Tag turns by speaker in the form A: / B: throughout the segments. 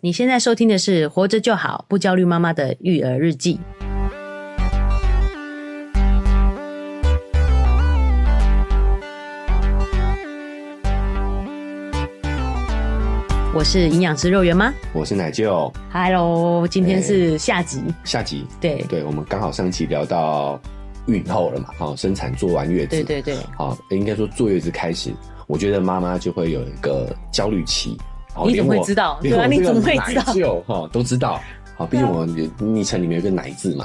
A: 你现在收听的是《活着就好，不焦虑妈妈的育儿日记》。我是营养师肉圆妈
B: 我是奶舅，
A: ，Hello，今天是下集，
B: 下集
A: 对
B: 对，我们刚好上期聊到孕后了嘛，好、生产坐完月子，
A: 对对对，
B: 好、应该说坐月子开始，我觉得妈妈就会有一个焦虑期。好
A: 你怎么
B: 连我
A: 会知道
B: 连
A: 对啊
B: 我
A: 你
B: 这个
A: 怎么会知道啊
B: 奶舅哈、都知道。好，毕竟我昵称里面有个奶字嘛，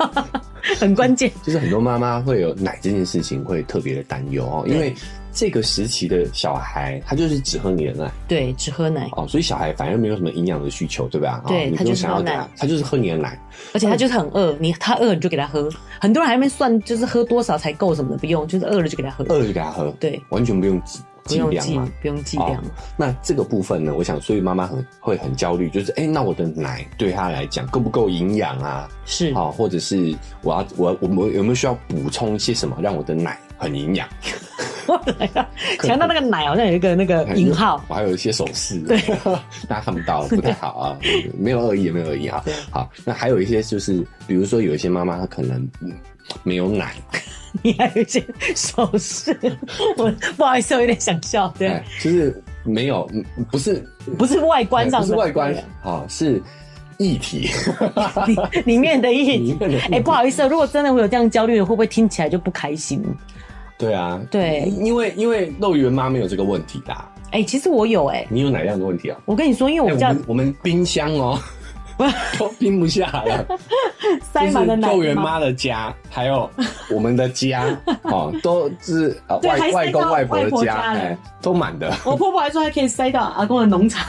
B: 啊、
A: 很关键，
B: 就是很多妈妈会有奶这件事情会特别的担忧哦，因为这个时期的小孩他就是只喝你的奶
A: 对，只喝奶，
B: 哦，所以小孩反而没有什么营养的需求，对吧？哦
A: 对
B: 你
A: 他
B: 不用
A: 就是
B: 想要
A: 喝
B: 给
A: 奶
B: 他，他就是喝你的奶，
A: 而且他就是很饿，你他饿你就给他喝，很多人还没算就是喝多少才够什么的，不用，就是饿了就给他喝，
B: 饿了就给他喝，
A: 对，
B: 完全不用计
A: 不
B: 计
A: 用
B: 量
A: 计
B: 嘛。，哦
A: 不用计量，哦
B: 那这个部分呢，我想，所以妈妈很会很焦虑，就是哎、诶那我的奶对她来讲够不够营养啊？
A: 是，
B: 好、或者是我要我我们有没有需要补充一些什么，让我的奶很营养？
A: 我来了强调那个奶好像有一个那个呃引号，
B: 我还哎有一些手势， 对，大家看不到，不太好 啊，没有恶意，没有恶意啊
A: 对。
B: 好，那还有一些就是，比如说有一些妈妈她可能嗯没有奶，
A: 你还有一些手 势，我不好意思，我有点想笑，对，
B: 哎就是没有，嗯不是哎
A: 不是外观上
B: 不
A: 的，
B: 是外观，好是液体。
A: 对 里面的 意
B: 里
A: 义
B: 面的。
A: 哎、不好意思，如果真的会有这样焦虑，会不会听起来就不开心？
B: 对啊，
A: 对
B: 因因为因为肉圆妈没有这个问题啦，
A: 哎、其实我有哎、
B: 你有哪样的问题啊？
A: 我跟你说，因为我
B: 哎
A: 们家
B: 我们我们冰箱 哦、都冰不下了，
A: 塞满了
B: 就是
A: 奶
B: 肉圆
A: 嘛
B: 妈的家，还有我们的 家，哦，都是呃
A: 对还
B: 外
A: 是
B: 外公
A: 到
B: 外婆
A: 外
B: 的
A: 婆
B: 家，
A: 家
B: 哎、
A: 了
B: 都满的。
A: 我婆婆还说还可以塞到阿公的农 场，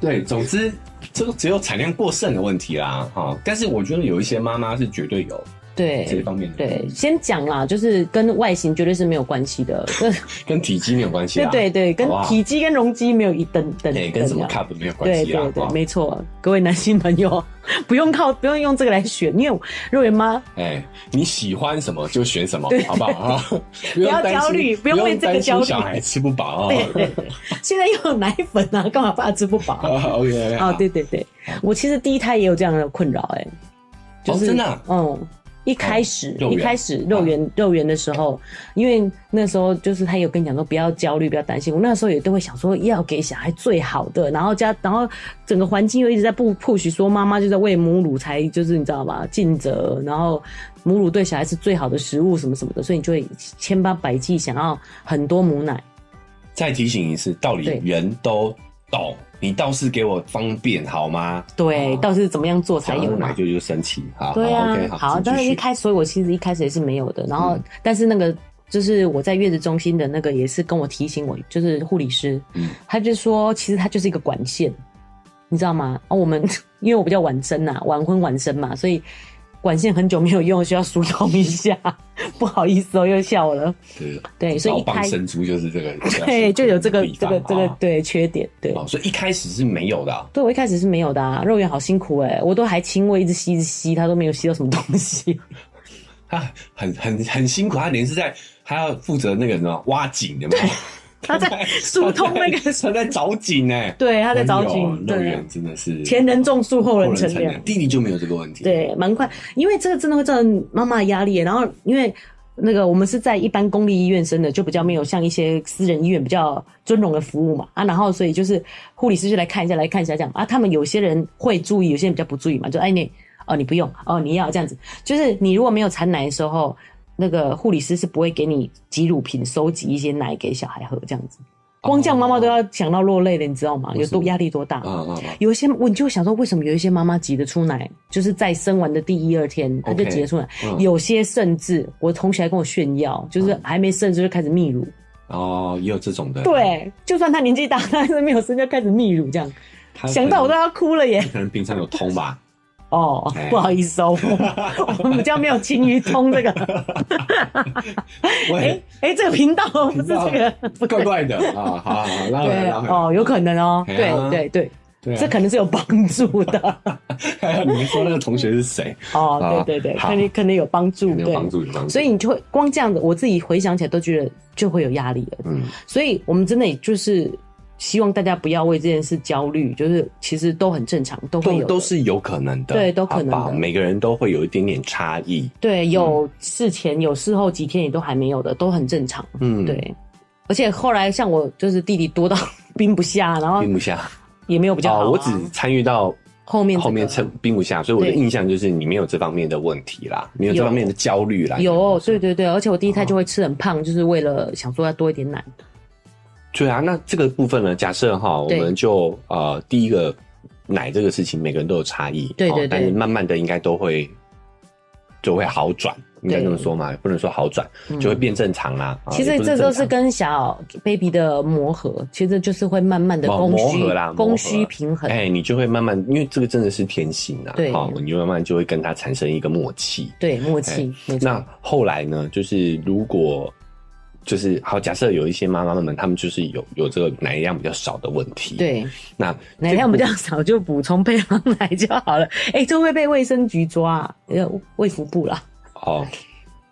B: 对，总之这个只有产量过剩的问题啦，哈、但是我觉得有一些妈妈是绝对有这
A: 对。
B: 方面的，
A: 对，，先讲啦，就是跟外形绝对是没有关系的，
B: 跟体积没有关系
A: 对
B: 啦，
A: 对对，跟
B: 啊好不好
A: 体积跟容积没有一等等等
B: 哎、
A: 啊
B: 跟什么
A: 量
B: cup 没有关
A: 对
B: 系啦，
A: 对对
B: 哦，
A: 没错，各位男性朋友， 不用靠不用用这个来选，因为肉圆妈
B: 哎、你喜欢什么就选什么，好不 好啊？不
A: 要
B: 担心
A: 焦虑不
B: 不
A: 用为这个
B: 担心
A: 焦虑
B: 小孩吃不饱
A: 对
B: 哦。
A: 对对，哎现在又有奶粉啊，干嘛怕吃不饱啊、
B: OK，
A: 哦，，对对对，我其实第一胎也有这样的困扰、哎，就是、
B: 哦真的啊哦
A: 嗯，一开始、
B: 肉
A: 一
B: 圆嗯
A: 开始肉圆肉圆的时候，因为那时候就是他有跟你讲说不要焦虑，不要担心，我那时候也都会想说要给小孩最好的，然后加然后整个环境又一直在不 push 说妈妈就在喂母乳才就是你知道吧，尽责，然后。母乳对小孩是最好的食物，什么什么的，所以你就会千方百计想要很多母奶。
B: 再提醒一次，道理
A: 对
B: 人都懂，你倒是给我方便好吗？
A: 对，
B: 哦
A: 到底是怎么样做才
B: 讲
A: 有
B: 到
A: 嘛
B: 奶？就就生气，好，
A: 对
B: 好
A: 啊
B: ，OK，，
A: 好，但
B: 继
A: 是一
B: 续。嗯
A: 开始，所以我其实一开始也是没有的。然后，但是那个就是我在月子中心的那个也是跟我提醒我，就是护理师，
B: 嗯
A: 他就说其实它就是一个管线，你知道吗？啊，我们因为我比较晚生呐、啊晚婚晚生嘛，所以管线很久没有用，需要疏通一下。不好意思哦，又笑了。
B: 对
A: 对，所以一
B: 老棒
A: 开
B: 生猪就是这个，
A: 对就有这个
B: 比
A: 这
B: 方
A: 个这个
B: 哦
A: 对缺点对。
B: 哦，所以一开始是没有的啊，
A: 对，我一开始是没有的、啊，肉圆好辛苦哎、我都还亲喂，一直吸，一直吸，他都没有吸到什么东西。
B: 他很很很辛苦，他连是在他要负责那个什么挖井，有没 有？
A: 他在疏通那个
B: 他在找井呢，
A: 对， 他在找
B: 哎呦
A: 井，
B: 肉
A: 对
B: 圆，真的是
A: 前人种树，后人
B: 后
A: 乘
B: 乘
A: 凉
B: 凉，，弟弟就没有这个问题。，
A: 对，蛮快，因为这个真的会造成妈妈的压力耶。然后因为那个我们是在一般公立医院生的，就比较没有像一些私人医院比较尊荣的服务嘛啊，然后所以就是护理师就来看一下，来看一下这样啊，他们有些人会注意，有些人比较不注意嘛，就哎你哦你不用哦你要这样子，就是你如果没有产奶的时候。那个护理师是不会给你挤乳瓶收集一些奶给小孩喝这样子，光这样妈妈都要想到落泪了，你知道吗？有多压力多大？
B: 嗯嗯嗯，
A: 有一些我就想说，为什么有一些妈妈挤得出奶，就是在生完的第一二天她就挤得出奶
B: OK，嗯
A: 有些甚至我同学还跟我炫耀，就是
B: 嗯
A: 还没生就开始泌乳，
B: 哦，也有这种的。，
A: 对，就算她年纪大，她还是没有生就开始泌乳，这样想到我都要哭了耶！
B: 可能平常有 通吧。
A: 哦
B: 哎，
A: 不好意思哦，我我们家没有勤于通 这个，哎
B: 喂，
A: 哎，这个频道不是这个，不
B: 怪
A: 对
B: 怪的啊，好好好，拉回来
A: 对
B: 拉回来。
A: 哦，有可能哦，
B: 哎
A: 对
B: 呀
A: 对对，
B: 对啊
A: 这可能是有帮助的
B: 还有你们说那个同学是谁？
A: 哦
B: 啊，
A: 对对对，
B: 好
A: 肯定肯定有帮助，
B: 有没有
A: 对。
B: 帮助？有帮助。
A: 所以你就会光这样子，我自己回想起来都觉得就会有压力了。
B: 嗯，
A: 所以我们真的也就是希望大家不要为这件事焦虑，就是其实都很正常，都会
B: 都
A: 有的
B: 都是有可能的，
A: 对都可能的
B: 好不好每个人都会有一点点差异，
A: 对，有事前有事后几天也都还没有的，都很正常。
B: 嗯，，
A: 对，而且后来像我就是弟弟多到冰不下，然后
B: 并不下。
A: 也没有比较好、啊
B: 嗯哦，我只参与到
A: 后面这个
B: 后面称并不下，所以我的
A: 对
B: 印象就是你没有这方面的问题啦，没有这
A: 有
B: 方面的焦虑啦。
A: 有，对
B: 对
A: 对对，而且我第一胎
B: 哦
A: 就会吃很胖，就是为了想说要多一点奶。
B: 对啊，那这个部分呢，假设哈，我
A: 对
B: 们就呃第一个奶这个事情，每个人都有差异，
A: 对对
B: 哦
A: 对
B: 但是慢慢的应该都会就会好转，应该这么说嘛，也不能说好转，
A: 嗯
B: 就会变正常啦。啊
A: 其
B: 也
A: 实
B: 不是
A: 这都是
B: 正常
A: 跟小 baby 的磨合，其实就是会慢慢的
B: 哦
A: 供
B: 磨
A: 需
B: 合啦，磨合
A: 供需平衡。
B: 哎，你就会慢慢，因为这个真的是天性啊，
A: 对
B: 好，你慢慢就会跟他产生一个默契，
A: 对，默契，没错
B: 那后来呢？就是如果就是好，假设有一些妈妈们，她们就是有有这个奶量比较少的问题。，
A: 对，
B: 那
A: 奶量比较少就补充配方奶就好了。哎、这会被卫生局抓、啊，呃，卫福部啦，
B: 哦，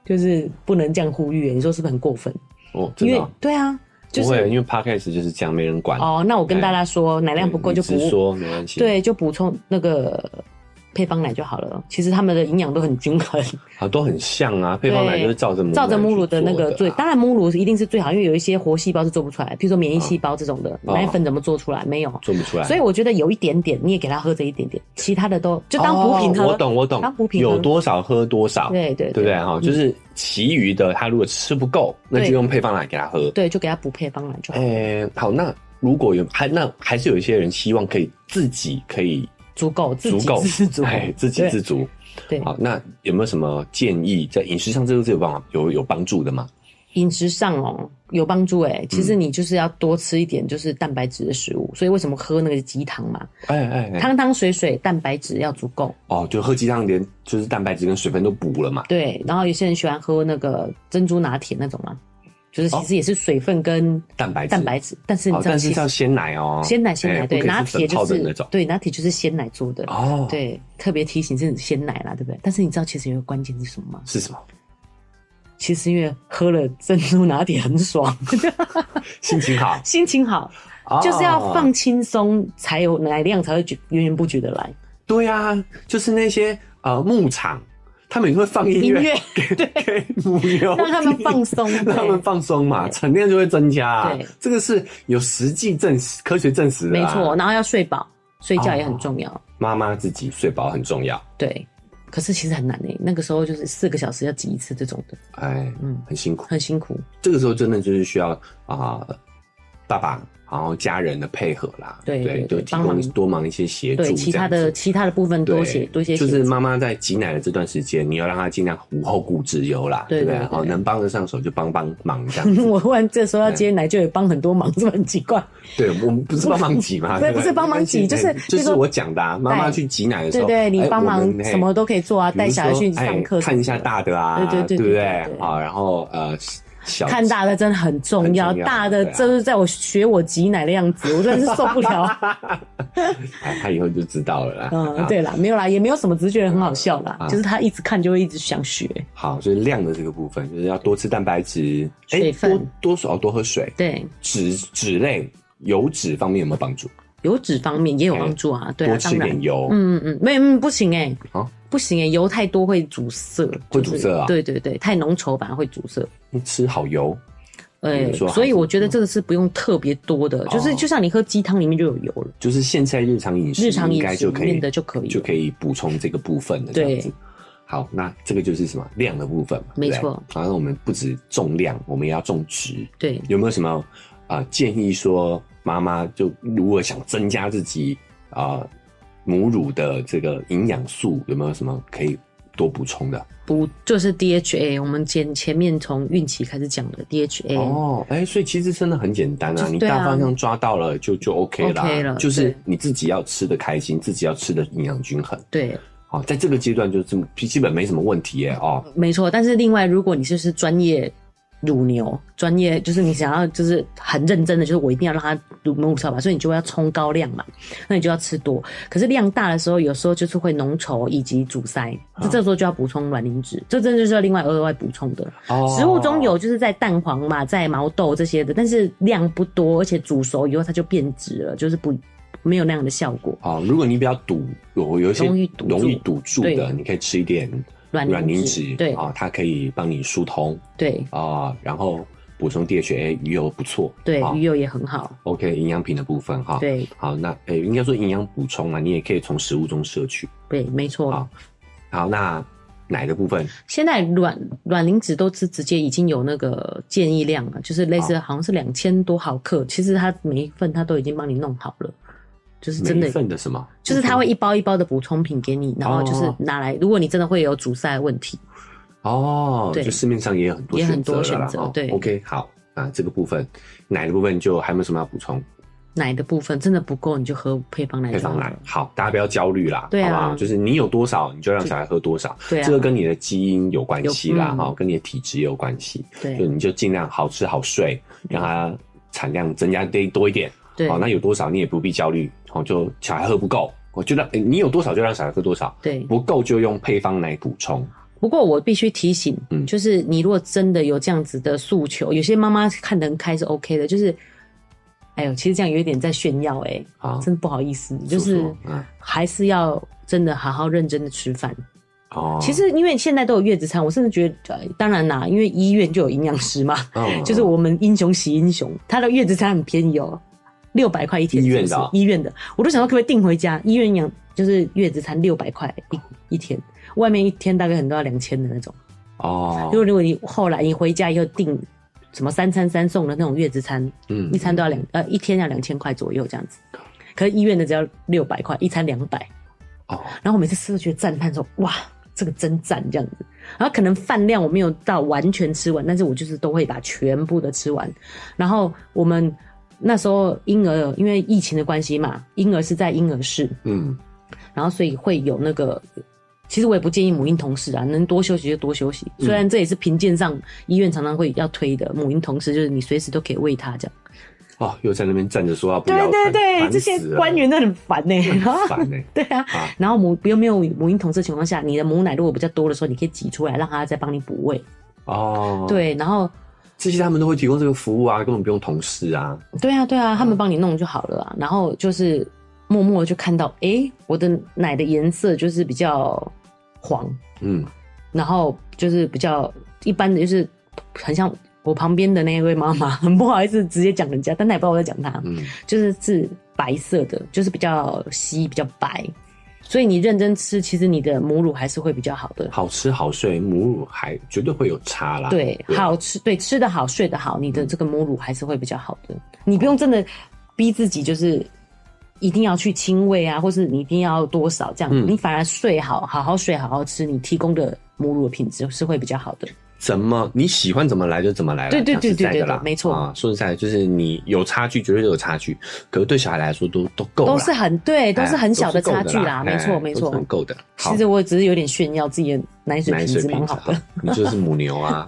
A: 就是不能这样呼吁，你说是不是很过分？
B: 哦，真
A: 因
B: 的
A: 为
B: 哦、
A: 对啊，就
B: 不会，
A: 是
B: 因为 podcast 就是这样，没人管。哎
A: 哦，那我跟大家说，奶
B: 对，
A: 量不够就
B: 你直
A: 补
B: 说没关系。
A: 对，就补充那个配方奶就好了。其实他们的营养都很均衡，
B: 啊，都很像啊，配方奶就是照着母
A: 照着母乳
B: 的啊
A: 的那个最，当然母乳一定是最好，因为有一些活细胞是做不出来，譬如说免疫细胞这种的，
B: 哦
A: 奶粉怎么做出来？没有。
B: 做不出来。
A: 所以我觉得有一点点，你也给他喝这一点点，其他的都就当补品喝。
B: 哦我懂，我懂，
A: 当补品喝
B: 有多少喝多少，
A: 对对
B: 对不对哈？
A: 嗯
B: 就是其余的，他如果吃不够，那就
A: 对
B: 用配方奶给他喝。
A: 对，就给他补配方奶就好。
B: 诶、好，那如果有还那还是有一些人希望可以自己可以
A: 足够，自
B: 足
A: 己
B: 够
A: 自足，
B: 哎，自给
A: 对
B: 自足。
A: 对
B: 好，那有没有什么建议在饮食上这个是有办法有有帮助的吗？
A: 饮食上哦有帮助哎。其实你就是要多吃一点就是蛋白质的食物，所以为什么喝那个鸡汤嘛，
B: 哎哎哎，
A: 汤汤水水蛋白质要足够。
B: 哦，就喝鸡汤连就是蛋白质跟水分都补了嘛。
A: 对，然后有些人喜欢喝那个珍珠拿铁那种嘛，就是其实也是水分跟
B: 蛋白质
A: 蛋白质，但是你
B: 好，
A: 知道
B: 但是
A: 其
B: 是要
A: 实
B: 鲜奶哦，
A: 鲜奶鲜
B: 哎
A: 奶对
B: 不可以
A: 拿
B: 是
A: 铁
B: 粉
A: 就
B: 泡的
A: 是
B: 那种。
A: 对拿铁就是鲜奶做的，
B: 哦，，
A: 对特别提醒是鲜奶啦，对不对？但是你知道其实有个关键是什么吗？
B: 是什么？
A: 其实因为喝了珍珠拿铁很爽，，
B: 心情好
A: 心情好，
B: 哦
A: 就是要放轻松才有奶量才会觉源源不绝的来。
B: 对啊，就是那些呃牧场，他们也会放音
A: 音
B: 乐
A: 乐
B: 给 给母牛，
A: 让他们放松
B: 让他们放松嘛，产量就会增加、啊
A: 对。
B: 这个是有实际证实、科学证实的、
A: 没
B: 啊。
A: 错，，然后要睡饱，睡觉也很
B: 哦
A: 重要。
B: 妈妈自己睡饱很重要。
A: 对，可是其实很难诶、那个时候就是四个小时要挤一次这种的，
B: 哎，
A: 嗯，
B: 很辛苦。
A: 很辛苦。
B: 这个时候真的就是需要啊、爸爸，然后家人的配合啦。
A: 对对
B: 就
A: 对
B: 提
A: 帮
B: 供
A: 忙
B: 多忙一些协助这
A: 对，
B: 样子。
A: 其他的其他的部分
B: 对
A: 多写多写
B: 就
A: 写
B: 是妈妈在挤奶的这段时间，你要让她尽量无后顾之忧啦，
A: 对
B: 不对
A: 对？对
B: 哦，能帮得上手就帮帮忙这样子。
A: 我忽然这时候要接奶，就也帮很多忙， 是不是很奇怪？
B: 对，我们不是帮忙挤嘛，
A: 对
B: 不
A: 不是帮忙挤就是
B: 哎就
A: 就是是
B: 我讲的啊，妈妈
A: 带
B: 去挤奶的时
A: 对
B: 候，
A: 对，你
B: 哎
A: 帮
B: 我
A: 忙
B: 们嘿
A: 什么都可以做啊，
B: 比如
A: 带小孩
B: 说
A: 去
B: 哎
A: 上课什
B: 看
A: 么
B: 一下
A: 的
B: 大的啊，
A: 对
B: 对
A: 对对
B: 不
A: 对对对
B: 啊，然后呃小
A: 看大的真的很重要，
B: 很重要
A: 大的
B: 对啊
A: 就是在我学我挤奶的样子，我真的是受不 了。
B: 哎，他以后就知道了啦。
A: 嗯，
B: 啊，
A: 对啦，没有啦，也没有什么，只是觉得很好笑啦。
B: 啊
A: 就是他一直看就会一直想学，
B: 好，所以量的这个部分就是要多吃蛋白质，哎
A: 水分
B: 多多少多喝水，
A: 对，
B: 脂脂类油脂方面有没有帮助？
A: 油脂方面也有帮助啊，对啊
B: 多，吃
A: 当然
B: 点油，
A: 嗯嗯嗯，没嗯不行哎、
B: 啊
A: 不行哎、油太多会阻塞，
B: 会
A: 就是
B: 阻塞啊
A: 对对对，太浓稠反而会阻塞。
B: 吃好油。
A: 哎
B: 你说还是
A: 所以我觉得这个是不用特别多的，就是就像你喝鸡汤里面就有油了，
B: 就是现在日常饮食
A: 日常
B: 应
A: 饮
B: 该
A: 食
B: 就
A: 里
B: 可以
A: 面的就可以了
B: 就可以补充这个部分的这样子
A: 对。
B: 好，那这个就是什么量的部分嘛，
A: 没
B: 对不对
A: 错。
B: 然后我们不止重量，我们也要重质。
A: 对，
B: 有没有什么啊、呃建议说妈妈就如果想增加自己啊、呃母乳的这个营养素，有没有什么可以多补充的？
A: 不就是 DHA，我们前前面从孕期开始讲的 DHA，、
B: 哦，哎、所以其实真的很简单啊，
A: 就是
B: 你
A: 对啊
B: 大方向抓到了就就 OK 啦
A: OK 了
B: 就是
A: 对
B: 你自己要吃的开心，自己要吃的营养均衡。
A: 对，
B: 哦，在这个阶段就是基本没什么问题耶哦。
A: 没错。但是另外，如果你就是专业乳牛，专业就是你想要就是很认真的，就是我一定要让它乳母乳超饱，所以你就要冲高量嘛，那你就要吃多。可是量大的时候，有时候就是会浓稠以及阻塞，这这时候就要补充卵磷脂，这真的就是要另外额外补充的。
B: 哦
A: 食物中有就是在蛋黄嘛，在毛豆这些的，但是量不多，而且煮熟以后它就变质了，就是不没有那样的效果。
B: 哦，如果你比较堵，有有一些
A: 容易堵住
B: 容易堵住的，
A: 对
B: 你可以吃一点
A: 卵
B: 卵
A: 磷
B: 磷
A: 脂
B: 脂，
A: 对
B: 啊，它可以帮你疏通
A: 对
B: 啊，然后补充 DHA 鱼油不错，
A: 对，
B: 啊
A: 鱼油也很好。
B: OK 营养品的部分哈，，
A: 对
B: 好，那诶、应该说营养补充嘛，啊你也可以从食物中摄取。
A: 对，没错
B: 好。好，那奶的部分，
A: 现在卵卵磷脂都是直接已经有那个建议量了，就是类似好像是两千多毫克，其实它每一份它都已经帮你弄好了，就是真
B: 每
A: 的
B: 一。份的什么？
A: 就是它会一包一包的补充品给你，然后就是
B: 哦
A: 拿来。如果你真的会有阻塞问题，
B: 哦，
A: 对
B: 就市面上也有很多
A: 也
B: 选
A: 很
B: 择
A: 多
B: 了啦
A: 选择
B: 哦
A: 对
B: ，OK，好，那这个部分奶的部分就还有没有什么要补充？
A: 奶的部分真的不够，你就喝配方奶
B: 配
A: 就好
B: 方奶
A: 了。，
B: 好，大家不要焦虑啦，
A: 对啊
B: 好不好？就是你有多少，你就让小孩喝多少，
A: 对啊
B: 这个跟你的基因有关系啦，
A: 有嗯
B: 哈、跟你的体质也有关系，就
A: 对嗯
B: 你就尽量好吃好睡，让它产量增加多多一点，
A: 对
B: 好、那有多少你也不必焦虑，好、就小孩喝不够，我觉得你有多少就让小孩喝多少，
A: 对。
B: 不够就用配方奶补充，
A: 不过我必须提醒，
B: 嗯
A: 就是你如果真的有这样子的诉求，有些妈妈看得很开是 OK 的，就是，哎呦，其实这样有一点在炫耀、哎、
B: 啊
A: 真不好意思，就是
B: 说嗯
A: 还是要真的好好认真的吃饭。
B: 哦，
A: 其实因为现在都有月子餐，我甚至觉得，呃当然啦，因为医院就有营养师嘛，
B: 嗯
A: 就是我们英雄惜英雄，他的月子餐很便宜哦，六百块一天，
B: 医院的
A: 是不是
B: 啊
A: 医院的，我都想说可不可以订回家？医院养就是月子餐六百块一一天，外面一天大概很多要两千的那种。
B: 哦
A: 如，果如果你后来你回家以后订什么三餐三送的那种月子餐，
B: 嗯
A: 一餐都要两呃一天要两千块左右这样子，可是医院的只要六百块，一餐两百。
B: 哦，
A: 然后我每次吃都觉得赞叹说哇，这个真赞这样子。然后可能饭量我没有到完全吃完，但是我就是都会把全部的吃完。然后我们那时候婴儿因为疫情的关系嘛，婴儿是在婴儿室，
B: 嗯，
A: 然后所以会有那个。其实我也不建议母婴同室啊，能多休息就多休息。虽然这也是评鉴上医院常常会要推的母婴同室，就是你随时都可以喂它这样。
B: 哦，又在那边站着说要不
A: 对
B: 要，
A: 对对，
B: 烦
A: 这些
B: 死了
A: 官员都很烦呢、然后
B: 烦呢、
A: 对啊，
B: 啊
A: 然后母又没有母婴同室的情况下，你的母奶如果比较多的时候，你可以挤出来，让它再帮你补喂。
B: 哦，，
A: 对，然后
B: 这些他们都会提供这个服务啊，根本不用同事啊。
A: 对啊，对啊，他们帮你弄就好了啊。然后就是默默地就看到，诶，我的奶的颜色就是比较黄，
B: 嗯，
A: 然后就是比较一般的，就是很像我旁边的那一位妈 妈，很不好意思直接讲人家，但她也不知道我在讲她，
B: 嗯
A: 就是是白色的，就是比较稀，比较白。所以你认真吃，其实你的母乳还是会比较好的。
B: 好吃好睡，母乳还绝对啊会有差啦。
A: 对，
B: 对
A: 好吃，对吃得好，睡得好，你的这个母乳还是会比较好的。你不用真的逼自己，就是一定要去亲喂啊，或是你一定要多少这样，
B: 嗯
A: 你反而睡好，好好睡，好好吃，你提供的母乳的品质是会比较好的。
B: 怎么你喜欢怎么来就怎么来啦
A: 对对对
B: 讲实在的
A: 对对
B: 啦
A: 对没错
B: 啊。说实在的，就是你有差距，绝对有差距，可是对小孩来说都都够啦
A: 都是很对，都是
B: 哎
A: 很小
B: 都
A: 的
B: 是够的
A: 差距啦，没错
B: 哎
A: 没
B: 都是
A: 错
B: 很。够的。好
A: 其实我只是有点炫耀自己的奶水
B: 奶
A: 品
B: 水
A: 质
B: 平
A: 蛮好的
B: 常，，你就是母牛 啊。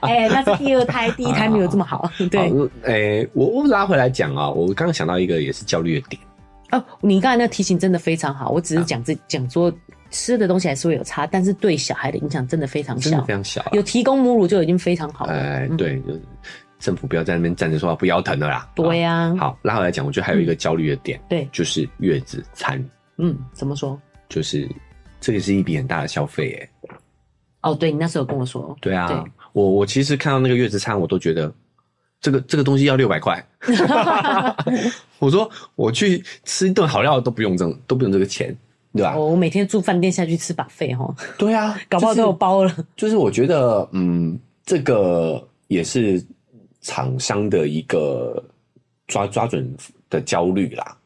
A: 哎，那是第二胎，第一胎没有这么 好。对
B: 好，诶、哎我我拉回来讲啊、我刚刚想到一个也是焦虑的点。
A: 哦，你刚才那提醒真的非常好，我只是讲这讲说吃的东西还是会有差，但是对小孩的影响真的非常
B: 真的
A: 小
B: 非。常小、啊。
A: 有提供母乳就已经非常好了。
B: 哎、
A: 嗯，
B: 对，就政府不要在那边站着说话不腰疼的啦。
A: 对呀、
B: 啊好，拉回来讲，我觉得还有一
A: 嗯
B: 个焦虑的点，
A: 对，
B: 就是月子餐，
A: 嗯，怎么说？
B: 就是这个是一笔很大的消费、欸，
A: 哦，对你那时候有跟我说，
B: 对啊，
A: 对
B: 我我其实看到那个月子餐，我都觉得这个这个东西要六 百块。我说我去吃一顿好料都不用这都不用这个钱，对吧？
A: 哦，我每天住饭店下去吃把费哈，
B: 对啊，
A: 搞不好
B: 就
A: 都
B: 是
A: 有包了。
B: 就是我觉得，嗯，这个也是厂商的一个抓抓准的焦虑啦。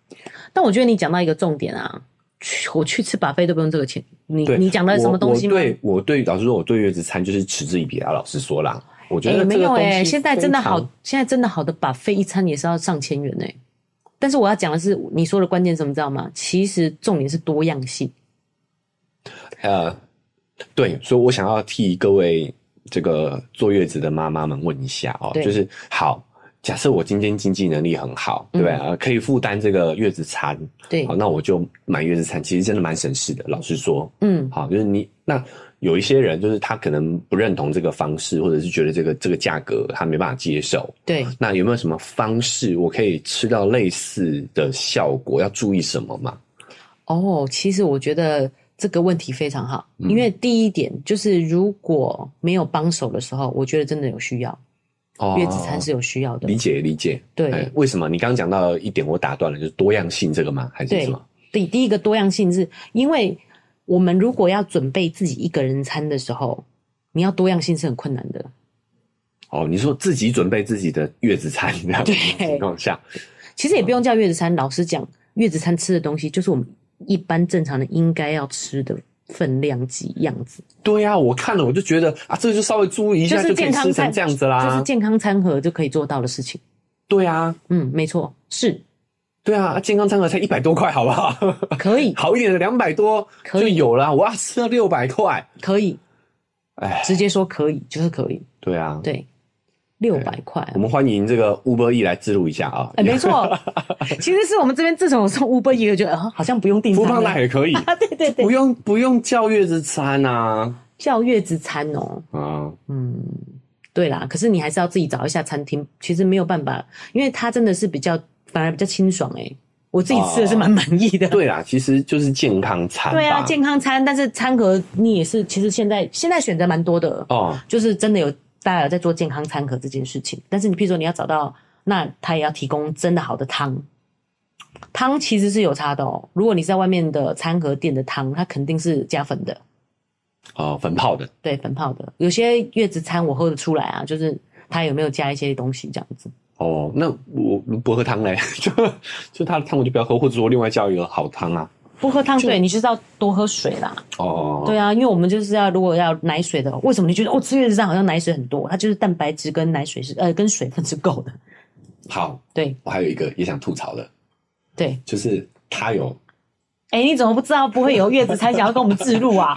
A: 但我觉得你讲到一个重点啊，去我去吃把费都不用这个钱。你
B: 对
A: 你讲的什么东西吗
B: 我？我？对我对，老实说，我对月子餐就是嗤之以鼻啊。老实说啦，我觉
A: 哎、
B: 得这
A: 没
B: 个
A: 有
B: 东西
A: 哎、现在真的
B: 非
A: 好
B: 常，，
A: 现在真的好的把费一餐也是要上千元哎、但是我要讲的是，你说的关键是什么，知道吗？其实重点是多样性。
B: 呃，对，所以我想要替各位这个坐月子的妈妈们问一下哦，
A: 对
B: 就是好，假设我今天经济能力很好，对不对？呃可以负担这个月子餐，
A: 嗯对
B: 好，，那我就买月子餐，其实真的蛮省事的。老实说，
A: 嗯，
B: 好，就是你那有一些人，就是他可能不认同这个方式，或者是觉得这个这个价格他没办法接受。
A: 对，
B: 那有没有什么方式我可以吃到类似的效果？要注意什么吗？
A: 哦，其实我觉得这个问题非常好，
B: 嗯
A: 因为第一点就是如果没有帮手的时候，我觉得真的有需要，
B: 哦
A: 月子餐是有需要的
B: 理。解理解，
A: 对
B: 哎为什么你刚刚讲到一点，我打断了，就是多样性这个吗？还是
A: 对
B: 什么？
A: 第第一个多样性是因为我们如果要准备自己一个人餐的时候，你要多样性是很困难的。
B: 哦，你说自己准备自己的月子餐这样的
A: 对
B: 情况下，
A: 其实也不用叫月子餐，老实讲，月子餐吃的东西就是我们一般正常的应该要吃的分量及样子，
B: 对呀、我看了我就觉得啊，这个就稍微注意一
A: 就
B: 下
A: 是
B: 就可
A: 健
B: 以
A: 康
B: 吃
A: 餐
B: 成这样子
A: 这
B: 啦
A: 是。健康餐盒就可以做到的事情。
B: 对啊，
A: 嗯，没错，是
B: 对啊，健康餐盒才一百多块，好不 好？
A: 可以，
B: 好一点的两百多
A: 可以
B: 就有了啊，我要吃到六百块。
A: 可以
B: 哎，
A: 直接说可以，就是可以。
B: 对啊，
A: 对，六百块啊
B: 我。们欢迎这个 Uber E 来植入一下啊。
A: 哎，没错，其实是我们这边自从我送 Uber Eats，我觉得啊，好像不用订
B: 富
A: 餐
B: 胖奶
A: 了。
B: 也可以，
A: 啊，对对 对
B: 不，用不用叫月子餐啊
A: 叫月子餐哦。
B: 啊。
A: 嗯，对啦，可是你还是要自己找一下餐厅，其实没有办法，因为它真的是比较反而比较清爽诶、我自己吃的是蛮满意的。
B: 对啊啦，其实就是健康餐吧。
A: 对啊，健康餐，但是餐盒你也是，其实现在现在选择蛮多的，
B: 哦，
A: 就是真的有大家有在做健康餐盒这件事情，但是你譬如说你要找到，那他也要提供真的好的汤。汤其实是有差的哦，如果你在外面的餐盒店的汤，它肯定是加粉的。
B: 哦，粉泡的，
A: 对粉泡的，有些月子餐我喝得出来啊，就是它有没有加一些东西这样子。
B: 哦，那我不喝汤嘞， 就就他的汤我就不要喝，或者说另外叫一个好汤啊。
A: 不喝汤水，你就是要多喝水啦。
B: 哦，
A: 对啊，因为我们就是要如果要奶水的，为什么你觉得哦吃月子餐好像奶水很多？它就是蛋白质跟奶水是呃跟水分是够的。
B: 好，
A: 对
B: 我还有一个也想吐槽的，
A: 对，
B: 就是他有，
A: 哎，你怎么不知道不会有月子餐想要跟我们置入 啊？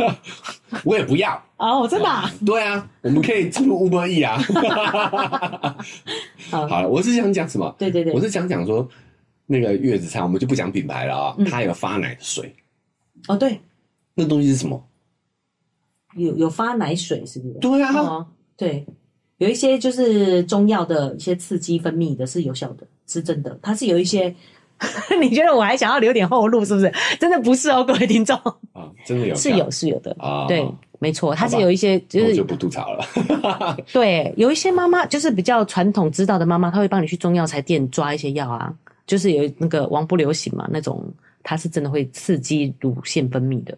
B: 我也不要。
A: 啊，我真的啊、
B: 对啊，我们可以进入 Uber E 啊。
A: 好
B: 好了，我是想讲什么？
A: 对对对
B: 我，是想讲说那个月子餐，我们就不讲品牌了啊、
A: 嗯
B: 它有发奶的水，
A: 哦对，
B: 那东西是什么？
A: 有有发奶水是不是？
B: 对啊，
A: 哦，对，有一些就是中药的一些刺激分泌的是有效的，是真的，它是有一些。 你觉得我还想要留点后路是不是？真的不是哦，各位听众，
B: 啊，真的有
A: 是
B: 效
A: 有是有的，
B: 啊，
A: 对，没错，它
B: 好
A: 是
B: 吧
A: 有一些就
B: 那我
A: 是
B: 就不吐槽了。
A: 对，有一些妈妈就是比较传统知道的妈妈，她会帮你去中药材店抓一些药啊，就是有那个王不留行嘛，那种它是真的会刺激乳腺分泌的。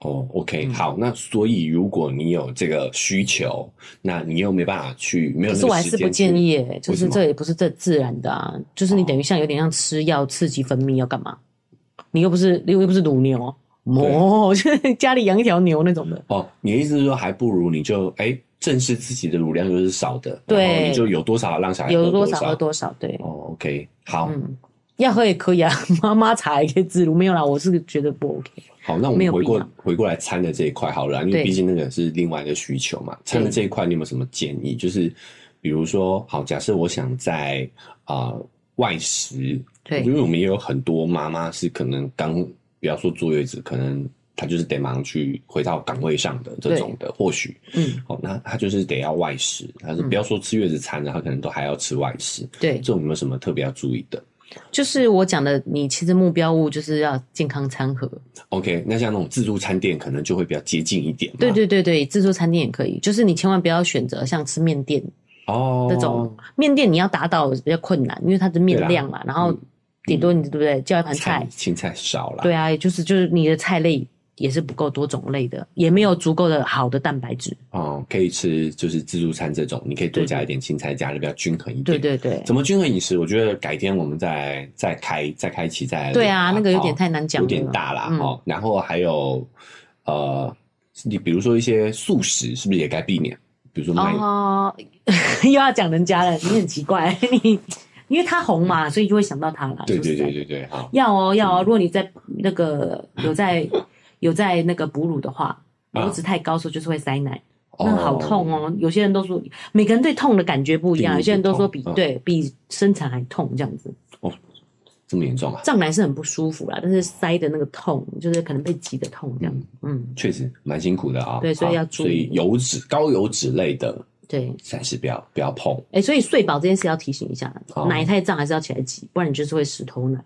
B: 哦，OK，好，
A: 嗯
B: 那所以如果你有这个需求，那你又没办法去，没有
A: 可
B: 那
A: 是我还
B: 个
A: 是
B: 时
A: 不
B: 间
A: 建
B: 去。
A: 议耶，就
B: 为什
A: 是
B: 么
A: 这也不是这自然的啊，就是你等于像有点像吃药刺激分泌要干嘛？你又不是又又不是乳牛，哦， 就是家里养一条牛那种的。
B: 哦，你的意思是说，还不如你就哎正视自己的乳量又是少的，
A: 对
B: 然后你就有多少让小孩
A: 有
B: 喝
A: 多
B: 多
A: 少喝多少，对，
B: 哦，OK，好，
A: 嗯，要喝也可以啊， 妈妈茶也可以自如，没有啦，我是觉得不 OK。
B: 好，那我
A: 没
B: 们
A: 有
B: 回
A: 必
B: 过
A: 要
B: 回过来餐的这一块好了啊，因
A: 对
B: 为毕竟那个是另外一个需求嘛。餐的这一块，你有没有什么建议？就是比如说，好，假设我想在啊、呃外食，
A: 对
B: 因为我们也有很多妈妈是可能刚，不要说坐月子，可能她就是得马上去回到岗位上的这种的，或许
A: 嗯，
B: 哦，那她就是得要外食，她是不要说吃月子餐了，她可能都还要吃外食，
A: 对
B: 这，种有没有什么特别要注意的
A: 就是我讲的，你其实目标物就是要健康餐盒。
B: ？OK，那像那种自助餐店可能就会比较接近一点嘛，
A: 对对对对，自助餐店也可以，就是你千万不要选择像吃面店
B: 哦，
A: 那种，面店你要达到比较困难，因为它的面量嘛，然后顶多你对不对叫一盘菜
B: 嗯菜，青菜少了。
A: 对啊，也就是就是你的菜类也是不够多种类的，也没有足够的好的蛋白质。
B: 哦、可以吃就是自助餐这种，你可以多加一点青菜，加的比较均衡一点。
A: 对对对，
B: 怎么均衡饮食？我觉得改天我们再再开再开启再来聊
A: 对啊，那个有
B: 哦
A: 点太难讲了，
B: 有点大啦、
A: 嗯
B: 哦。然后还有呃，你比如说一些素食是不是也该避免？比如说麦、
A: 哦， 又要讲人家了，你很奇怪，你因为他红嘛，所以就会想到他了。
B: 对
A: 说实
B: 对
A: 在
B: 对对对，好
A: 要哦要哦，如果你在那 个有在有在那个哺乳的话，
B: 啊
A: 乳值太高的时候就是会塞奶，那好痛哦！有些人都说，每个人对痛的感觉不一样，
B: 定义不
A: 有些人都说比
B: 同嗯
A: 对比生产还痛这样子。
B: 这么严重啊？
A: 胀奶是很不舒服啦，但是塞的那个痛，就是可能被挤的痛这样。嗯，
B: 确实蛮辛苦的啊。
A: 对所以
B: 啊
A: 要注意
B: 所以油脂高油脂类的
A: 对。
B: 暂时不要不要碰。
A: 哎、所以睡饱这件事要提醒一下，
B: 哦
A: 奶太胀还是要起来挤，不然你就是会石头奶，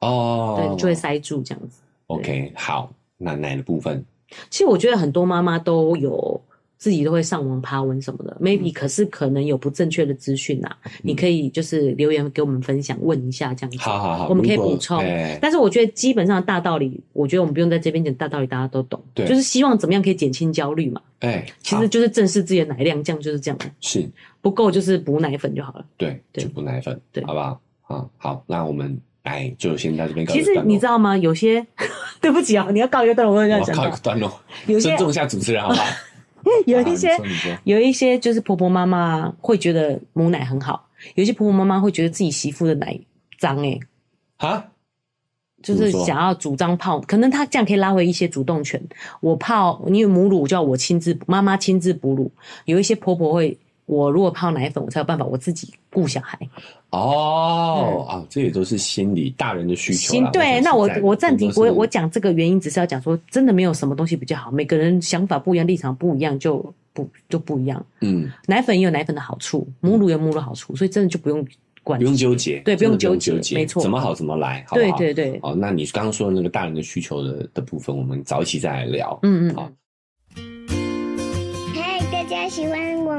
B: 哦，
A: 对，就会塞住这样子。
B: OK，好，那奶的部分，
A: 其实我觉得很多妈妈都有自己都会上网爬文什么的，maybe
B: 嗯
A: 可是可能有不正确的资讯啊，你可以就是留言给我们分享，问一下这样子。
B: 好好好，
A: 我们可以
B: 如果
A: 补充
B: 哎
A: 但是我觉得基本上的大道理，我觉得我们不用在这边讲大道理，大家都懂。
B: 对
A: 就是希望怎么样可以减轻焦虑嘛。
B: 哎，
A: 其
B: 好
A: 实就是正视自己的奶量，这样就是这样。
B: 是
A: 不够就是补奶粉就好了。
B: 对，
A: 对
B: 就补奶粉，
A: 对
B: 好不好？啊，好，那我们哎就先到这边告
A: 其
B: 一
A: 实
B: 段落。
A: 你知道吗？有些 对不起啊，你要告一个段落，我这样
B: 我
A: 讲
B: 靠一
A: 到
B: 个，段落，
A: 有些
B: 尊重一下主持人，好不好？
A: 有
B: 啊
A: 一
B: 你
A: 些
B: 说你说
A: 有一些就是婆婆妈妈会觉得母奶很好，有一些婆婆妈妈会觉得自己媳妇的奶脏哎、欸
B: 啊，
A: 就是
B: 怎么说
A: 想要主张泡，可能她这样可以拉回一些主动权。我泡，因为母乳就要我亲自，妈妈亲自哺乳。有一些婆婆会，我如果泡奶粉，我才有办法我自己顾小孩。
B: 哦啊，这也都是心理大人的需求啦。
A: 行，嗯对，那我我暂停，我我
B: 讲
A: 讲这个原因，只是要讲说，真的没有什么东西比较好，每个人想法不一样，立场不一样，就不就不一样。
B: 嗯，
A: 奶粉也有奶粉的好处，母乳有母乳的好处，所以真的就不用管，
B: 不用纠结，
A: 对不
B: 真
A: 用
B: 的不用
A: 纠结
B: 结，
A: 没错
B: 怎么好怎么来，好不
A: 对
B: 好？
A: 对对，
B: 好，那你刚刚说的那个大人的需求的的部分，我们早一起再来聊。
A: 嗯嗯。
B: 好
C: 嗨，大家喜欢我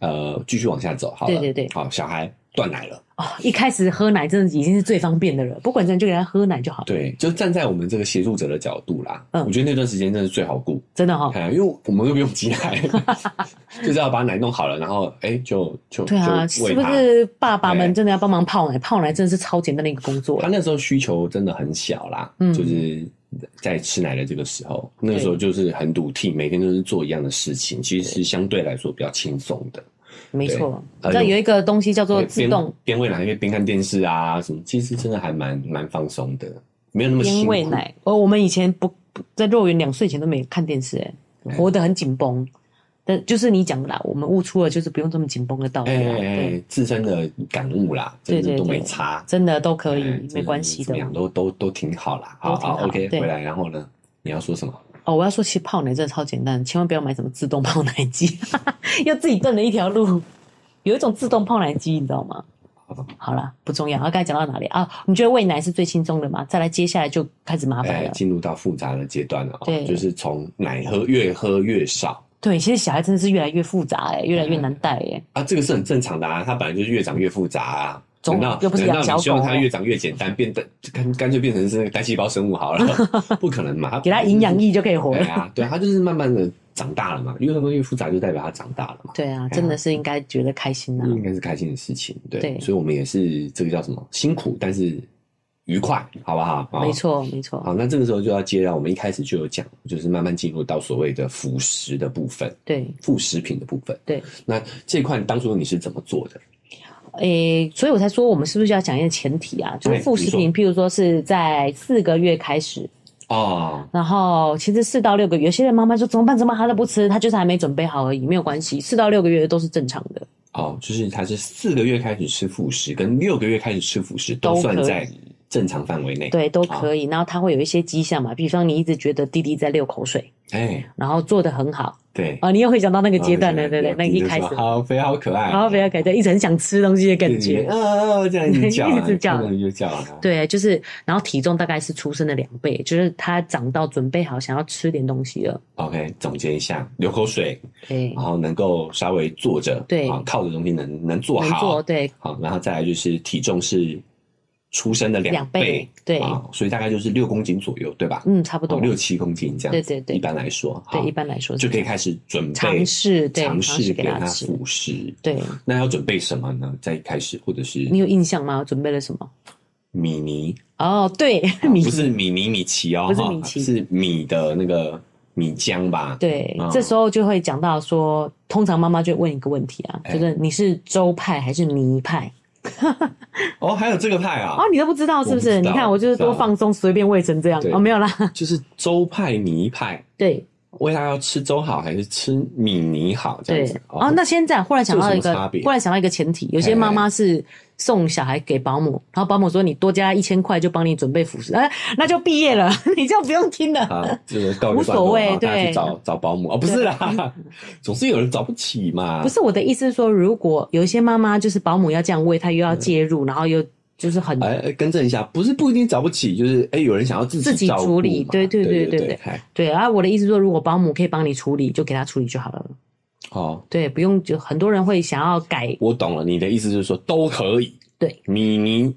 B: 呃继续往下走，好了，
A: 对对对
B: 好，小孩断奶了，
A: 哦，一开始喝奶真的已经是最方便的了，不管怎样就给他喝奶就好，
B: 对，就站在我们这个协助者的角度啦，
A: 嗯
B: 我觉得那段时间真的是最好顾，
A: 真的哈、哦。
B: 哎、因为我们又不用挤 奶，就是要把奶弄好了，然后哎、就就
A: 对啊，
B: 就是喂
A: 不
B: 他。
A: 是爸爸
B: 对
A: 们真的要帮忙泡奶？泡奶真的是超简单的一个工作
B: 他。那时候需求真的很小啦，
A: 嗯
B: 就是在吃奶的这个时候，那
A: 对
B: 时候就是很笃定，每天都是做一样的事情，其实是相对来说比较轻松的。
A: 没错，你
B: 对
A: 知道有一个东西叫做
B: 对
A: 自动
B: 边边喂奶，因为边看电视啊什么，其实真的还蛮蛮放松的，没有那么辛
A: 边
B: 苦。
A: 喂奶。哦，我们以前不不在幼儿园两岁前都没看电视、欸，
B: 哎
A: 活得很紧绷。但就是你讲的啦，我们悟出了就是不用这么紧绷的道理
B: 哎
A: 啦。
B: 哎
A: 对，
B: 哎，自身的感悟啦，
A: 对
B: 真的
A: 对
B: 都
A: 对
B: 没差，
A: 真的都可以
B: 哎，
A: 没关系
B: 怎
A: 的
B: 么。样都都都挺好啦。好
A: 都挺
B: 好
A: 好
B: ，OK，
A: 对
B: 回来，然后呢，你要说什么？
A: 哦，我要说，其实泡奶真的超简单，千万不要买什么自动泡奶机， 又自己炖了一条路。有一种自动泡奶机，你知道吗？好啦，不重要。啊，刚才讲到哪里啊？你觉得喂奶是最轻松的嘛？再来，接下来就开始麻烦
B: 哎，
A: 了。
B: 进入到复杂的阶段了啊、
A: 对
B: 就是从奶喝越喝越少。
A: 对，其实小孩真的是越来越复杂、哎，越来越难带、哎。
B: 啊，这个是很正常的啊，它本来就是越长越复杂啊。
A: 总
B: 难道
A: 又不是
B: 难道
A: 养小
B: 你希望
A: 狗
B: 它
A: 哦
B: 越长越简单，变单干干脆变成是单细胞生物好 了，不可能嘛？
A: 给他营养液就可以活
B: 对
A: 了。
B: 啊，对啊，它就是慢慢的长大了嘛，越多越复杂就代表它长大了嘛，
A: 对啊，真的是
B: 嗯
A: 应该觉得开心啊。
B: 应该是开心的事情。对，
A: 对
B: 所以我们也是这个叫什么辛苦，但是愉快，好不好？啊
A: 没。错，没错，
B: 好，那这个时候就要接到我们一开始就有讲，就是慢慢进入到所谓的辅食的部分，
A: 对
B: 副食品的部分。
A: 对。
B: 那这块当初你是怎么做的？
A: 诶、所以我才说我们是不是要讲一个前提啊？就是
B: 对
A: 副食
B: 哎你
A: 品，譬如说是在四个月开始，
B: 哦，
A: 然后其实四到六个月，有些人妈妈说怎么办怎么办，她都不吃，她就是还没准备好而已，没有关系，四到六个月都是正常的，
B: 哦，就是他是四个月开始吃辅食，跟六个月开始吃辅食都
A: 都
B: 算
A: 可
B: 在
A: 以
B: 正常范围内。，
A: 对，都可以。然后她会有一些迹象嘛，比方你一直觉得弟弟在流口水，
B: 哎，
A: 然后做的很好
B: 对，哦
A: 啊，你又会想到那个阶段了，
B: 然后
A: 对对，
B: 就
A: 那一开始
B: 啊就，说好肥，好可爱，
A: 然后不要改对，一直很想吃东西的感觉，
B: 啊，哦这样一直叫 啊，
A: 一直叫
B: 看到就叫啊，
A: 对，就是，然后体重大概是出生的两倍，就是他长到准备好想要吃点东西了。
B: OK，总结一下，流口水，
A: 对，
B: 然后能够稍微坐着，
A: 对
B: 啊，靠着东西能能坐
A: 能做
B: 好，
A: 对
B: 好，然后再来就是体重是出生的两
A: 两倍对
B: 啊，所以大概就是六公斤左右，对吧？
A: 嗯，差不
B: 哦
A: 多，
B: 六七公斤这样子，
A: 对对对
B: 一般来说，
A: 对
B: 好
A: 一般来说是
B: 就可
A: 这
B: 以
A: 样
B: 开始准备
A: 尝试对
B: 尝
A: 尝
B: 试
A: 试
B: 给
A: 给
B: 他
A: 他吃
B: 辅食。
A: 对
B: 那要准备什么呢？在一开始或者是
A: 你有印象吗？我准备了什么？
B: 米泥，
A: 哦，对，
B: 啊
A: 米
B: 不是米泥米奇哦，
A: 不是
B: 哈
A: 米奇
B: 是米的那个米浆吧？，
A: 对，
B: 嗯
A: 这时候就会讲到说，通常妈妈就会问一个问题啊，
B: 哎
A: 就是你是粥派还是泥派？
B: 哦，还有这个派啊
A: 哦，，你都不知道是不
B: 我
A: 是？
B: 不知道
A: 你看我就是多放松，随便喂成这样
B: 对
A: 哦，没有啦。
B: 就是粥派泥派，
A: 对
B: 喂他要吃粥好还是吃米泥好？这样
A: 对
B: 子
A: 哦，那现在忽然想到一
B: 这有
A: 个
B: 什么差别，
A: 忽然想到一个前提，有些妈妈是送小孩给保姆，然后保姆说你多加一千块就帮你准备辅食，哎，那就毕业了， 你这样不用听了。
B: 啊，这个告一
A: 无
B: 段落
A: 所谓
B: 啊大家去
A: 对
B: 找找保姆哦，不是啦， 总是有人找不起嘛。
A: 不是我的意思是说，如果有一些妈妈就是保姆要这样喂，她又要介入，然后又就是很
B: 嗯哎，哎更正一下，不是不一定找不起，就是哎，有人想要自
A: 自己
B: 照顾
A: 处理
B: 嘛
A: 对
B: 对
A: 对对
B: 对哎
A: 对对对啊，我的意思说，如果保姆可以帮你处理，就给他处理就好了。
B: 好，
A: 对，不用就很多人会想要改
B: 我懂了，你的意思就是说都可以，
A: 对
B: 米泥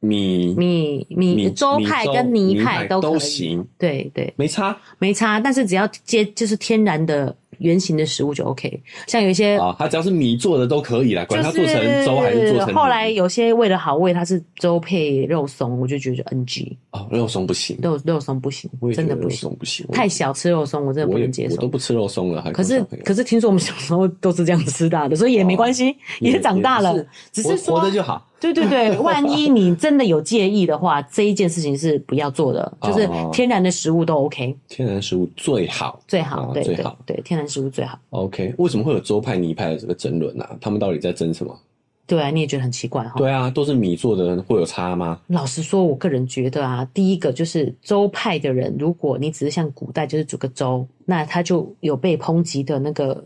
B: 米
A: 米米粥派跟泥派
B: 都
A: 都可以
B: 行，
A: 对对，
B: 没差
A: 没差，但是只要接就是天然的圆形的食物就 OK。像有一些
B: 啊，它只要是米做的都可以啦，管
A: 呃就
B: 它做成粥还是做成
A: 是
B: 泥
A: 后来有些为了好味，它是粥配肉松，我就觉得 NG，
B: 哦，肉松不行，
A: 肉肉松不行
B: 我，也觉
A: 真
B: 得
A: 的不
B: 肉
A: 行，
B: 松不行，我
A: 太小吃肉松我真的不
B: 我也
A: 能接
B: 我都
A: 受。
B: 不吃肉松了，还
A: 可是
B: 跟小朋友
A: 可是听说我们小时候都是这样吃大的，啊所以也没关系，也长大
B: 哦也
A: 了，只是
B: 活
A: 说
B: 活着就好。
A: 对对 对，万一你真的有介意的话，这一件事情是不要做的，就是
B: 哦
A: 天然的食物都 OK，
B: 天然食物最好
A: 最好，
B: 啊
A: 对
B: 最
A: 对
B: 好
A: 对，天然食物最好。
B: ，OK？为什么会有粥派泥派的这个争论啊？他们到底在争什么？
A: 对啊，你也觉得很奇怪哈。
B: 对啊，都是米做的，会有差吗？
A: 老实说，我个人觉得啊，第一个就是粥派的人，如果你只是像古代就是煮个粥，那他就有被抨击的那个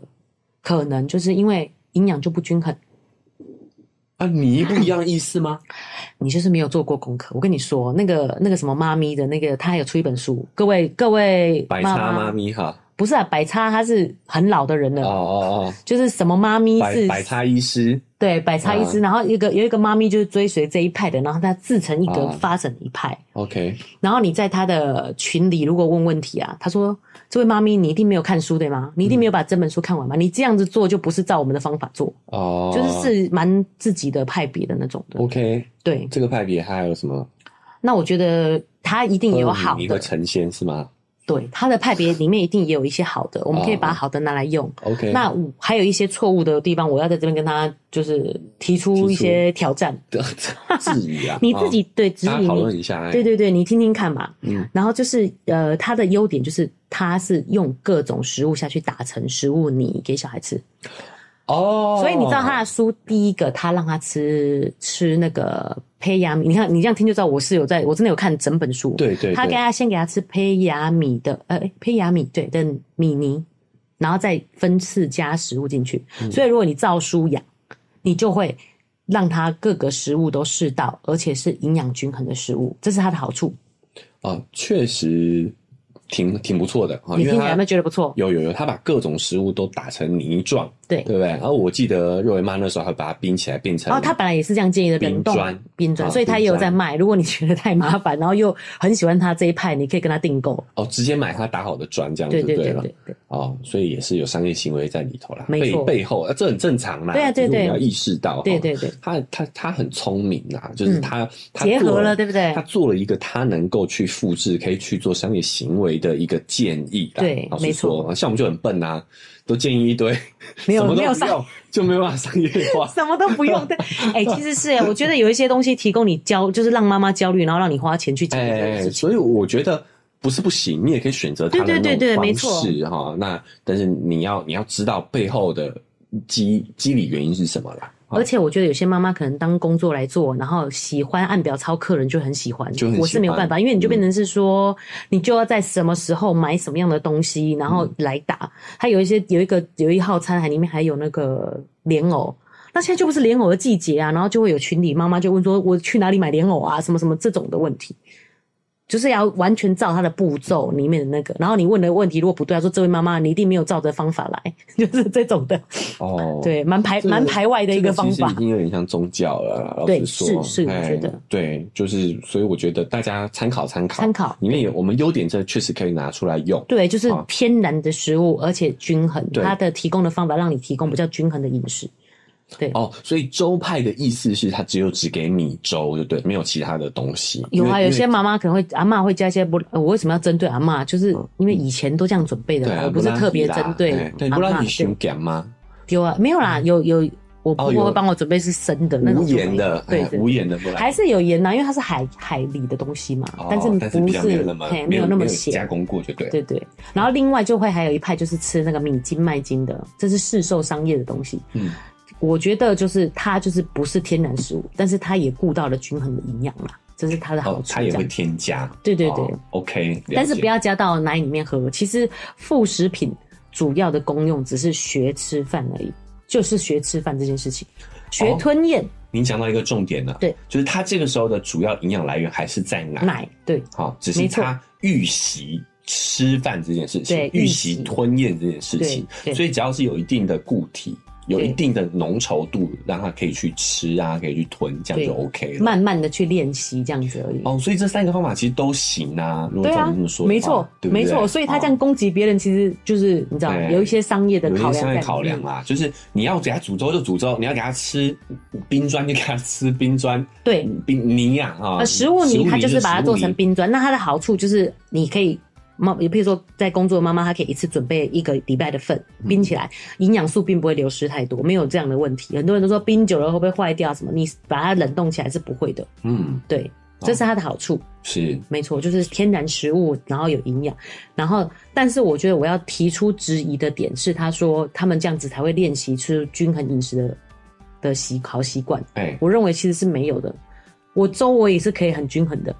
A: 可能，就是因为营养就不均衡。
B: 啊，泥不一样意思吗？
A: 你就是没有做过功课。我跟你说，那个那个什么妈咪的那个，她还有出一本书，各位各位
B: 百
A: 妈
B: 差妈咪哈，
A: 不是啊，百叉她是很老的人
B: 哦
A: 了，
B: 哦
A: 就是什么妈咪
B: 哦，百
A: 是
B: 百差医师
A: 对百叉一
B: 嗯
A: 支，然后一个有一个妈咪就是追随这一派的，然后她自成一格，
B: 啊
A: 发展一派。
B: ，OK？
A: 然后你在她的群里如果问问题啊，她说：“这位妈咪，你一定没有看书对吗？你一定没有把这本书看完吗？你这样子做就不是照我们的方法做，
B: 哦，
A: 就是是蛮自己的派别的那种的。
B: OK。
A: 对，
B: 这个派别还有什么？
A: 那我觉得她一定有好
B: 你
A: 的
B: 会，成仙是吗
A: 对她的派别里面一定也有一些好的，我们可以
B: 哦
A: 把好的拿来用。
B: ？OK，
A: 那我还有一些错误的地方，我要在这边跟他就是提出一些挑战，
B: 质疑啊，
A: 你自己
B: 哦
A: 对指
B: 大家
A: 引
B: 讨论
A: 你，
B: 一下，哎
A: 对，对对，你听听看嘛。
B: 嗯，
A: 然后就是呃，它的优点就是它是用各种食物下去打成食物泥给小孩吃，
B: 哦，
A: 所以你知道他的书第一个他让他吃吃那个胚芽米，你看你这样听就知道我是有在，我真的有看整本书。
B: 对对，
A: 他给
B: 对
A: 他先给他吃胚芽米的，呃，诶胚芽米对的米泥，然后再分次加食物进去。
B: 嗯
A: 所以如果你照书养，你就会让它各个食物都适到，而且是营养均衡的食物，这是它的好处。
B: 啊，确实挺挺不错的啊，
A: 你
B: 因为
A: 听起来有
B: 他
A: 没有觉得不错？
B: 有有有，他把各种食物都打成泥状，
A: 对
B: 对不对？然后我记得肉圆妈那时候还把它冰起来变成，
A: 然后哦他本来也是这样建议的，冷冻
B: 冰砖
A: 冰砖，
B: 啊
A: 所以他也有
B: 冰
A: 在
B: 砖
A: 卖。如果你觉得太麻烦，然后又很喜欢他这一派，你可以跟他订购。
B: 哦直接买它打好的砖这样子
A: 对对对
B: 了
A: 对对，
B: 哦，所以也是有商业行为在里头啦，
A: 没
B: 背
A: 错
B: 背后啊这很正常啦，
A: 对啊对
B: 只是我
A: 对
B: 们要意识到，哦
A: 对对对，
B: 他他他很聪明啊，就是
A: 嗯
B: 他、他
A: 结
B: 做
A: 合了，对不对
B: 他？做了一个他能够去复制、可以去做商业行为的一个建议啦。
A: 对
B: 老实
A: 没
B: 说，哦像我们就很笨啊，都建议一堆，
A: 没有
B: 什么都
A: 没有
B: 不
A: 商。
B: 用，就没有办法商业化
A: 什么都不用。对，哎、其实是，我觉得有一些东西提供你焦，就是让妈妈焦虑，然后让你花钱去解决这
B: 哎
A: 个，事情。
B: 所以我觉得不是不行，你也可以选择他的
A: 对对对
B: 那种
A: 对没
B: 方
A: 错
B: 式哈。那但是你要你要知道背后的机机理原因是什么啦，
A: 而且我觉得有些妈妈可能当工作来做，然后喜欢按表操课人就很喜欢，
B: 就很喜欢嗯
A: 我是没有办法，因为你就变成是说，你就要在什么时候买什么样的东西，然
B: 嗯
A: 后来打。还有一些有一个有一号餐还里面还有那个莲藕。那现在就不是莲藕的季节啊，然后就会有群里妈妈就问说，我去哪里买莲藕啊，什么什么这种的问题。就是要完全照他的步骤里面的那个。然后你问的问题如果不对，他说这位妈妈你一定没有照着方法来， 就是这种的，
B: 哦，
A: 对，蛮排
B: 这个
A: 蛮排外的一
B: 这个
A: 方
B: 其实
A: 法
B: 已。经有点像宗教了啦。老
A: 对
B: 实说，
A: 是是我
B: 哎
A: 觉得
B: 对，就是所以我觉得大家参考参考，
A: 参考
B: 里面有我们优点，这确实可以拿出来用。
A: 对，就是
B: 啊
A: 天然的食物，而且均衡。
B: 对
A: 它的提供的方法让你提供比较均衡的饮食。
B: 哦，所以粥派的意思是它只有只给米粥，对不对？没有其他的东西。
A: 有啊，
B: 因为
A: 有些
B: 因为
A: 妈妈可能会阿嬷会加一些不，呃我为什么要针对阿嬷？就是因为以前都这样准备的
B: 对
A: 啦，
B: 啊，
A: 我不是
B: 布拉
A: 特别
B: 提啦
A: 针对
B: 哎对，
A: 阿
B: 不然你
A: 嬷。
B: 胸
A: 对，
B: 感吗？
A: 有啊，没有啦，有有，我婆
B: 有
A: 婆会帮我准备是生的那
B: 无
A: 种就没有，
B: 盐的，
A: 对
B: 哎
A: 对，
B: 无
A: 对
B: 盐的布拉提
A: 还是有盐呐，因为它是海海里的东西嘛
B: 哦，
A: 但是
B: 但是
A: 不
B: 比较没有那么
A: 嘿，没有那么咸
B: 加。工过，就对。
A: 对对，然后另外就会还有一派就是吃那个米精麦精的，这是市售商业的东西。
B: 嗯，
A: 我觉得就是它就是不是天然食物，但是它也顾到了均衡的营养啦，这是它的好
B: 哦，
A: 处。
B: 它也
A: 这
B: 会
A: 样
B: 添加。
A: 对对对，
B: 哦，OK，了解
A: 但是不要加到奶里面喝。其实副食品主要的功用只是学吃饭而已，就是学吃饭这件事情，学
B: 哦
A: 吞咽、
B: 您讲到一个重点了，
A: 对，
B: 就是它这个时候的主要营养来源还是在奶，
A: 奶，对
B: 好、只是
A: 没错
B: 它预习吃饭这件事情
A: 对，
B: 预
A: 预
B: 习
A: 习
B: 吞咽这件事情，
A: 对对
B: 所以只要是有一定的固体，有
A: 对
B: 一定的浓稠度，让它可以去吃啊，可以去吞，这样就 OK 了。
A: 慢慢的去练习这样子而已。
B: 哦，所以这三个方法其实都行啊。如果
A: 对
B: 照
A: 啊
B: 你这么，说的话，
A: 没错，
B: 对不对
A: 没错，所以他这样
B: 哦
A: 攻击别人，其实就是你知道
B: 哎，
A: 有一些商业的
B: 有一
A: 考
B: 些
A: 量
B: 商业
A: 在
B: 考
A: 里面
B: 量。啊啦，就是你要给他煮粥就煮粥，你要给他吃冰砖就给他吃冰砖，
A: 对，
B: 冰泥啊啊，
A: 呃，食物泥它就是把它
B: 食物
A: 做成
B: 泥
A: 冰砖，那它的好处就是你可以。妈，也譬如说，在工作的妈妈，她可以一次准备一个礼拜的份冰起来，营养素并不会流失太多，没有这样的问题。很多人都说冰久了会不会坏掉什么，你把它冷冻起来是不会的，
B: 嗯，
A: 对，这是它的好处。
B: 是
A: 没错，就是天然食物，然后有营养，然后，但是我觉得我要提出质疑的点是，他说他们这样子才会练习吃均衡饮食的的习好习惯，
B: 哎，
A: 我认为其实是没有的。我粥我也是可以很均衡的，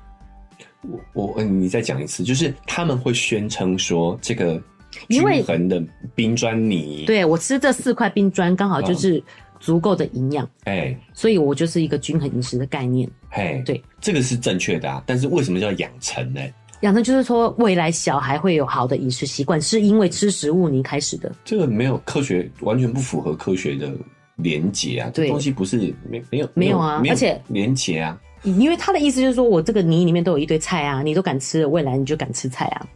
B: 我我嗯，你再讲一次，就是他们会宣称说这个均
A: 因为
B: 衡的冰砖泥，，
A: 对我吃这四块冰砖刚好就是足够的营养，
B: 哎
A: 所以我就是一个均衡饮食的概念。
B: 哎，
A: 对，
B: 这个是正确的啊，但是为什么叫养成呢？
A: 养成就是说，未来小孩会有好的饮食习惯，是因为吃食物泥开始的。
B: 这个没有科学，完全不符合科学的连结啊，这
A: 对
B: 东西不是没没有
A: 没有啊而且
B: 连结啊，
A: 因为他的意思就是说，我这个泥里面都有一堆菜啊，你都敢吃了，未来你就敢吃菜啊。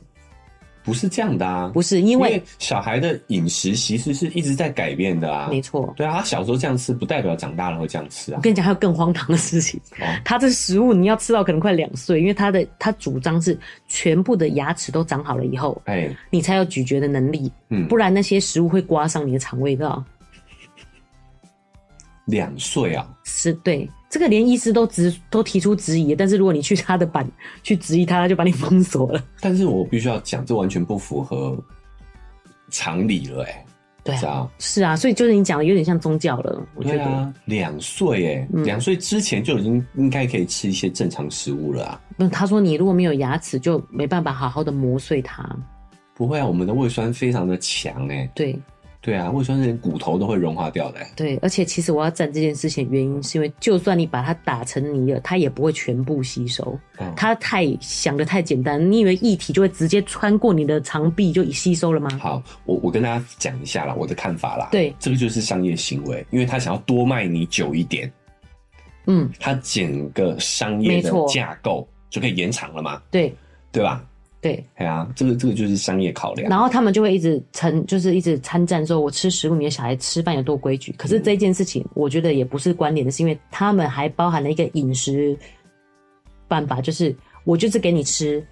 B: 不是这样的啊，
A: 不
B: 是
A: 是因为
B: 小孩的饮食其实是一直在改变的啊，
A: 没错。
B: 对啊，他小时候这样吃，不代表长大了会这样吃啊
A: 我，跟你讲，还有更荒唐的事情，
B: 哦
A: 他这食物你要吃到可能快两岁，因为他的他主张是全部的牙齿都长好了以后，
B: 哎，
A: 你才有咀嚼的能力，
B: 嗯
A: 不，然那些食物会刮伤你的肠胃道。
B: 两岁啊，
A: 是对，这个连医师都质都提出质疑，但是如果你去他的版去质疑他，他就把你封锁了。
B: 但是我必须要讲，这完全不符合常理了、欸，
A: 对
B: 哎，知
A: 啊，
B: 道？
A: 是啊，所以就是你讲的有点像宗教了，我觉
B: 对
A: 得。
B: 啊，两岁哎，
A: 嗯
B: 两岁之前就已经应该可以吃一些正常食物了啊。
A: 那他说你如果没有牙齿，就没办法好好的磨碎它。
B: 不会啊，我们的胃酸非常的强哎、
A: 对
B: 对啊，胃酸是连骨头都会融化掉的、欸。
A: 对，而且其实我要赞这件事情，原因是因为就算你把它打成泥了，它也不会全部吸收。
B: 嗯
A: 它太想的太简单，你以为液体就会直接穿过你的肠壁就吸收了吗？
B: 好，我我跟大家讲一下啦，我的看法啦。
A: 对
B: 这个就是商业行为，因为他想要多卖你久一点，
A: 嗯，
B: 他整个商业
A: 没
B: 的
A: 错
B: 架构就可以延长了嘛，
A: 对
B: 对吧？
A: 对。
B: 哎呀、这个这个就是商业考量。
A: 然后他们就会一直参，就是一直参战说，我吃食物，你的小孩吃饭有多规矩。可
B: 嗯
A: 是这件事情，我觉得也不是关联的，是因为他们还包含了一个饮食办法，就是我就是给你吃，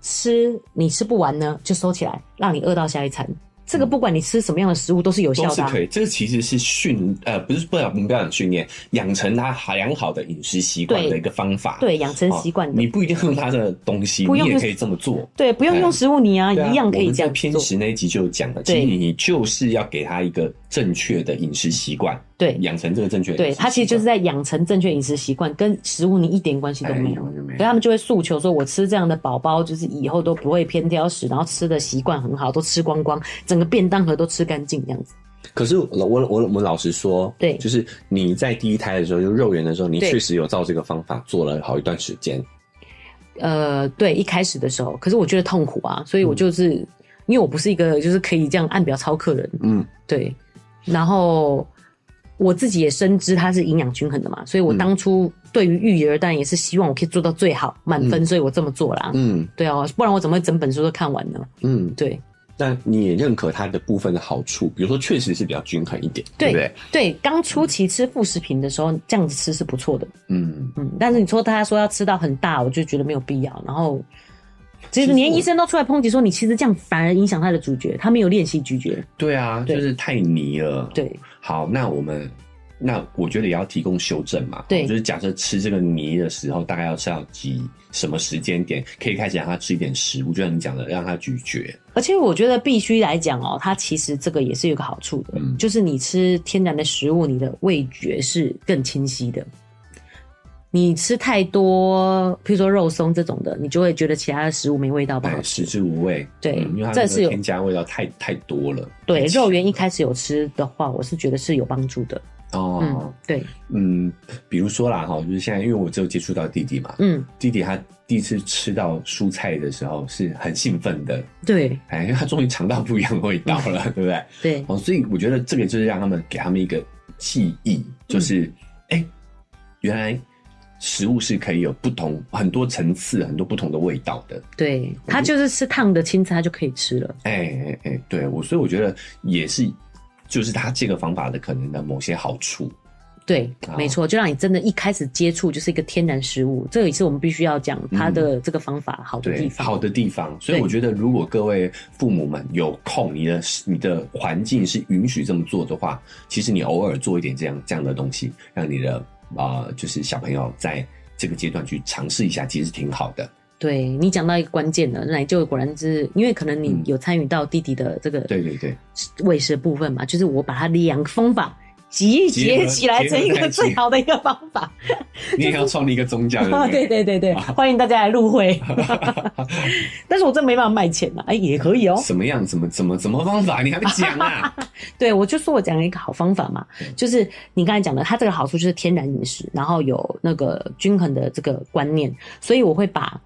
A: 吃你吃不完呢就收起来，让你饿到下一餐。这个不管你吃什么样的食物都是有
B: 都
A: 效
B: 是
A: 的啊、
B: 可以。这个其实是训呃，不是不要我们不要讲训练，养成他好良好的饮食习惯
A: 对
B: 的一个方法。
A: 对，养成
B: 哦，
A: 习惯的。
B: 你不一定用他的东西，
A: 不
B: 你
A: 用
B: 也
A: 就
B: 可以这么做。
A: 对，不用
B: 哎
A: 用食物泥啊，
B: 对啊
A: 一样可
B: 我
A: 以
B: 们
A: 这
B: 在
A: 样
B: 偏
A: 做。
B: 食那一集就有讲了，其
A: 对
B: 实你就是要给他一个正确的饮食习惯，
A: 对
B: 养成这个正确的饮
A: 对，
B: 食习惯。
A: 它其实就是在养成正确饮食习惯，跟食物泥一点关系都
B: 哎
A: 没
B: 有
A: 有。
B: 有
A: 所
B: 没
A: 以
B: 有
A: 他们就会诉求说，我吃这样的宝宝，就是以后都不会偏挑食，然后吃的习惯很好，都吃光光，整个便当盒都吃干净这样子。
B: 可是我我我我老实说，
A: 对
B: 就是你在第一胎的时候，就肉圆的时候，你
A: 对
B: 确实有照这个方法做了好一段时间。
A: 呃，对，一开始的时候，可是我觉得痛苦啊，所以
B: 嗯
A: 我就是、因为我不是一个就是可以这样按表操课人，
B: 嗯，
A: 对，然后我自己也深知它是营养均衡的嘛，所以我
B: 嗯
A: 当初对于育儿，当然也是希望我可以做到最好满分，所以我这么做啦。
B: 嗯
A: 对啊，不然我怎么会整本书都看完呢？
B: 嗯，
A: 对
B: 但你也认可它的部分的好处，比如说确实是比较均衡一点，对不对？
A: 对，刚初期吃副食品的时候，这样子吃是不错的，
B: 嗯，
A: 嗯。但是你说他说要吃到很大，我就觉得没有必要。然后，其实连医生都出来抨击说，你其实这样反而影响他的咀嚼，他没有练习咀嚼。
B: 对啊，
A: 对
B: 就是太泥了。
A: 对，
B: 好，那我们那我觉得也要提供修正嘛。
A: 对
B: 就是假设吃这个泥的时候，大概要吃到几什么时间点可以开始让他吃一点食物，就像你讲的，让他咀嚼。
A: 而且我觉得必须来讲哦，它其实这个也是有个好处的，
B: 嗯
A: 就是你吃天然的食物，你的味觉是更清晰的。你吃太多，譬如说肉松这种的，你就会觉得其他的食物没味道，不好
B: 对，
A: 吃
B: 食。之无味。
A: 对
B: 嗯因为它
A: 这
B: 那
A: 是
B: 个
A: 有
B: 添加味道太太多了。
A: 对，肉圆一开始有吃的话，我是觉得是有帮助的。
B: 哦
A: 嗯，，对，
B: 嗯，比如说啦，哈，就是现在，因为我只有接触到弟弟嘛，
A: 嗯，
B: 弟弟他第一次吃到蔬菜的时候是很兴奋的，
A: 对，
B: 哎，因为他终于尝到不一样的味道了，对不对？
A: 对，
B: 哦，所以我觉得这个就是让他们给他们一个记忆，就是哎、原来食物是可以有不同很多层次、很多不同的味道的。
A: 对，它就是吃烫的青菜，它就可以吃了。
B: 哎哎哎，对我，所以我觉得也是，就是他这个方法的可能的某些好处。
A: 对
B: 哦，
A: 没错，就让你真的一开始接触就是一个天然食物，这个也是我们必须要讲它的这个方法好的
B: 嗯对
A: 地，方。
B: 好的地方。所以
A: 对
B: 我觉得，如果各位父母们有空，你的你的环境是允许这么做的话，其实你偶尔做一点这样这样的东西，让你的啊、呃就是小朋友在这个阶段去尝试一下，其实挺好的。
A: 对你讲到一个关键的，奶舅果然是因为可能你
B: 嗯
A: 有参与到弟弟的这个
B: 对对 对，
A: 喂食部分嘛，就是我把它两个方法集
B: 结合
A: 结起来
B: 结合
A: 成一
B: 在
A: 个
B: 一起
A: 最好的一个方法。
B: 你也要创立一个宗教，对 不
A: 对对对对，欢迎大家来入会。但是我真没办法卖钱了，哎，也可以哦。
B: 什么样？怎么怎么怎么方法？你还没 讲啊？
A: 对，我就说我讲了一个好方法嘛，就是你刚才讲的，它这个好处就是天然饮食，然后有那个均衡的这个观念，所以我会把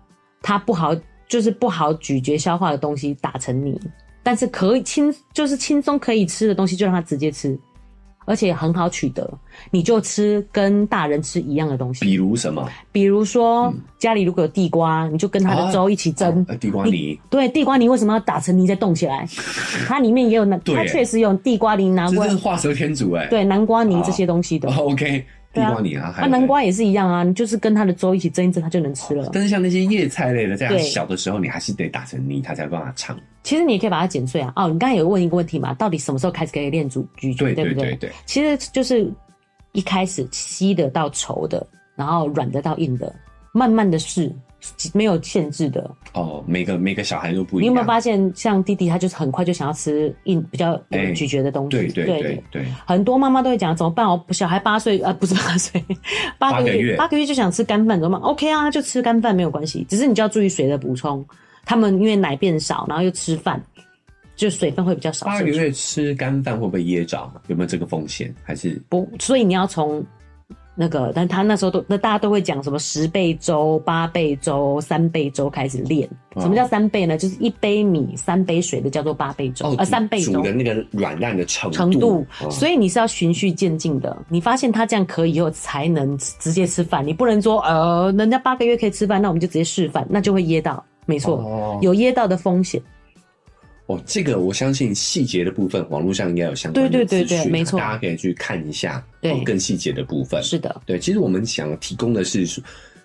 A: 它不好就是不好咀嚼消化的东西打成泥，但是可以轻就是轻松可以吃的东西就让它直接吃，而且很好取得，你就吃跟大人吃一样的东
B: 比
A: 西，
B: 如什么？
A: 比如说
B: 嗯
A: 家里如果有地瓜，你就跟它
B: 啊
A: 的粥一起蒸，
B: 呃地瓜泥。
A: 对，地瓜泥为什么要打成泥再冻起 来？它里面也有南，
B: 对
A: 它确实有地瓜泥、南
B: 这
A: 瓜
B: 真，是画蛇添足哎、
A: 对，南瓜泥这些东西的。
B: 哦，OK，地
A: 对啊
B: 瓜泥啊，还
A: 那、
B: 有
A: 南
B: 嘞
A: 瓜也是一样啊，你就是跟它的粥一起蒸一蒸，它就能吃了。
B: 但是像那些叶菜类的，在它
A: 对
B: 小的时候，你还是得打成泥，它才有办法尝。
A: 其实你也可以把它剪碎啊。哦，你刚才有问一个问题嘛，到底什么时候开始可以练咀咀嚼，
B: 对
A: 不
B: 对对对，
A: 其实就是一开始稀的到稠的，然后软的到硬的，慢慢的试，没有限制的。
B: 哦，每个每个小孩都不一样。
A: 你有没有发现，像弟弟他就是很快就想要吃硬比较
B: 哎
A: 有咀嚼的东西？
B: 对对对对对，
A: 很多妈妈都会讲怎么办？我小孩八岁，呃，不是八岁，八
B: 八个月
A: 八个月就想吃干饭，怎么办？OK 啊，就吃干饭没有关系，只是你就要注意水的补充。他们因为奶变少，然后又吃饭，就水分会比较少
B: 八个
A: 摄取。
B: 月吃干饭会不会噎着？啊有没有这个风险？还是
A: 不，所以你要从那个，但他那时候都那大家都会讲什么十倍粥、八倍粥、三倍粥开始练。
B: 哦
A: 什么叫三倍呢？就是一杯米三杯水的叫做八倍粥，
B: 哦
A: 呃，三倍
B: 煮
A: 粥
B: 的。那个软烂的程
A: 程度，
B: 哦
A: 所以你是要循序渐进的。你发现他这样可以以后，才能直接吃饭。你不能说呃，人家八个月可以吃饭，那我们就直接示范，那就会噎到。没错，
B: 哦
A: 有噎到的风险。
B: 哦，这个我相信细节的部分，网络上应该有相关的
A: 对对对
B: 资讯啊
A: 对没错
B: 大家可以去看一下，
A: 对
B: 哦更细节的部分。
A: 是的，
B: 对，其实我们想提供的是说，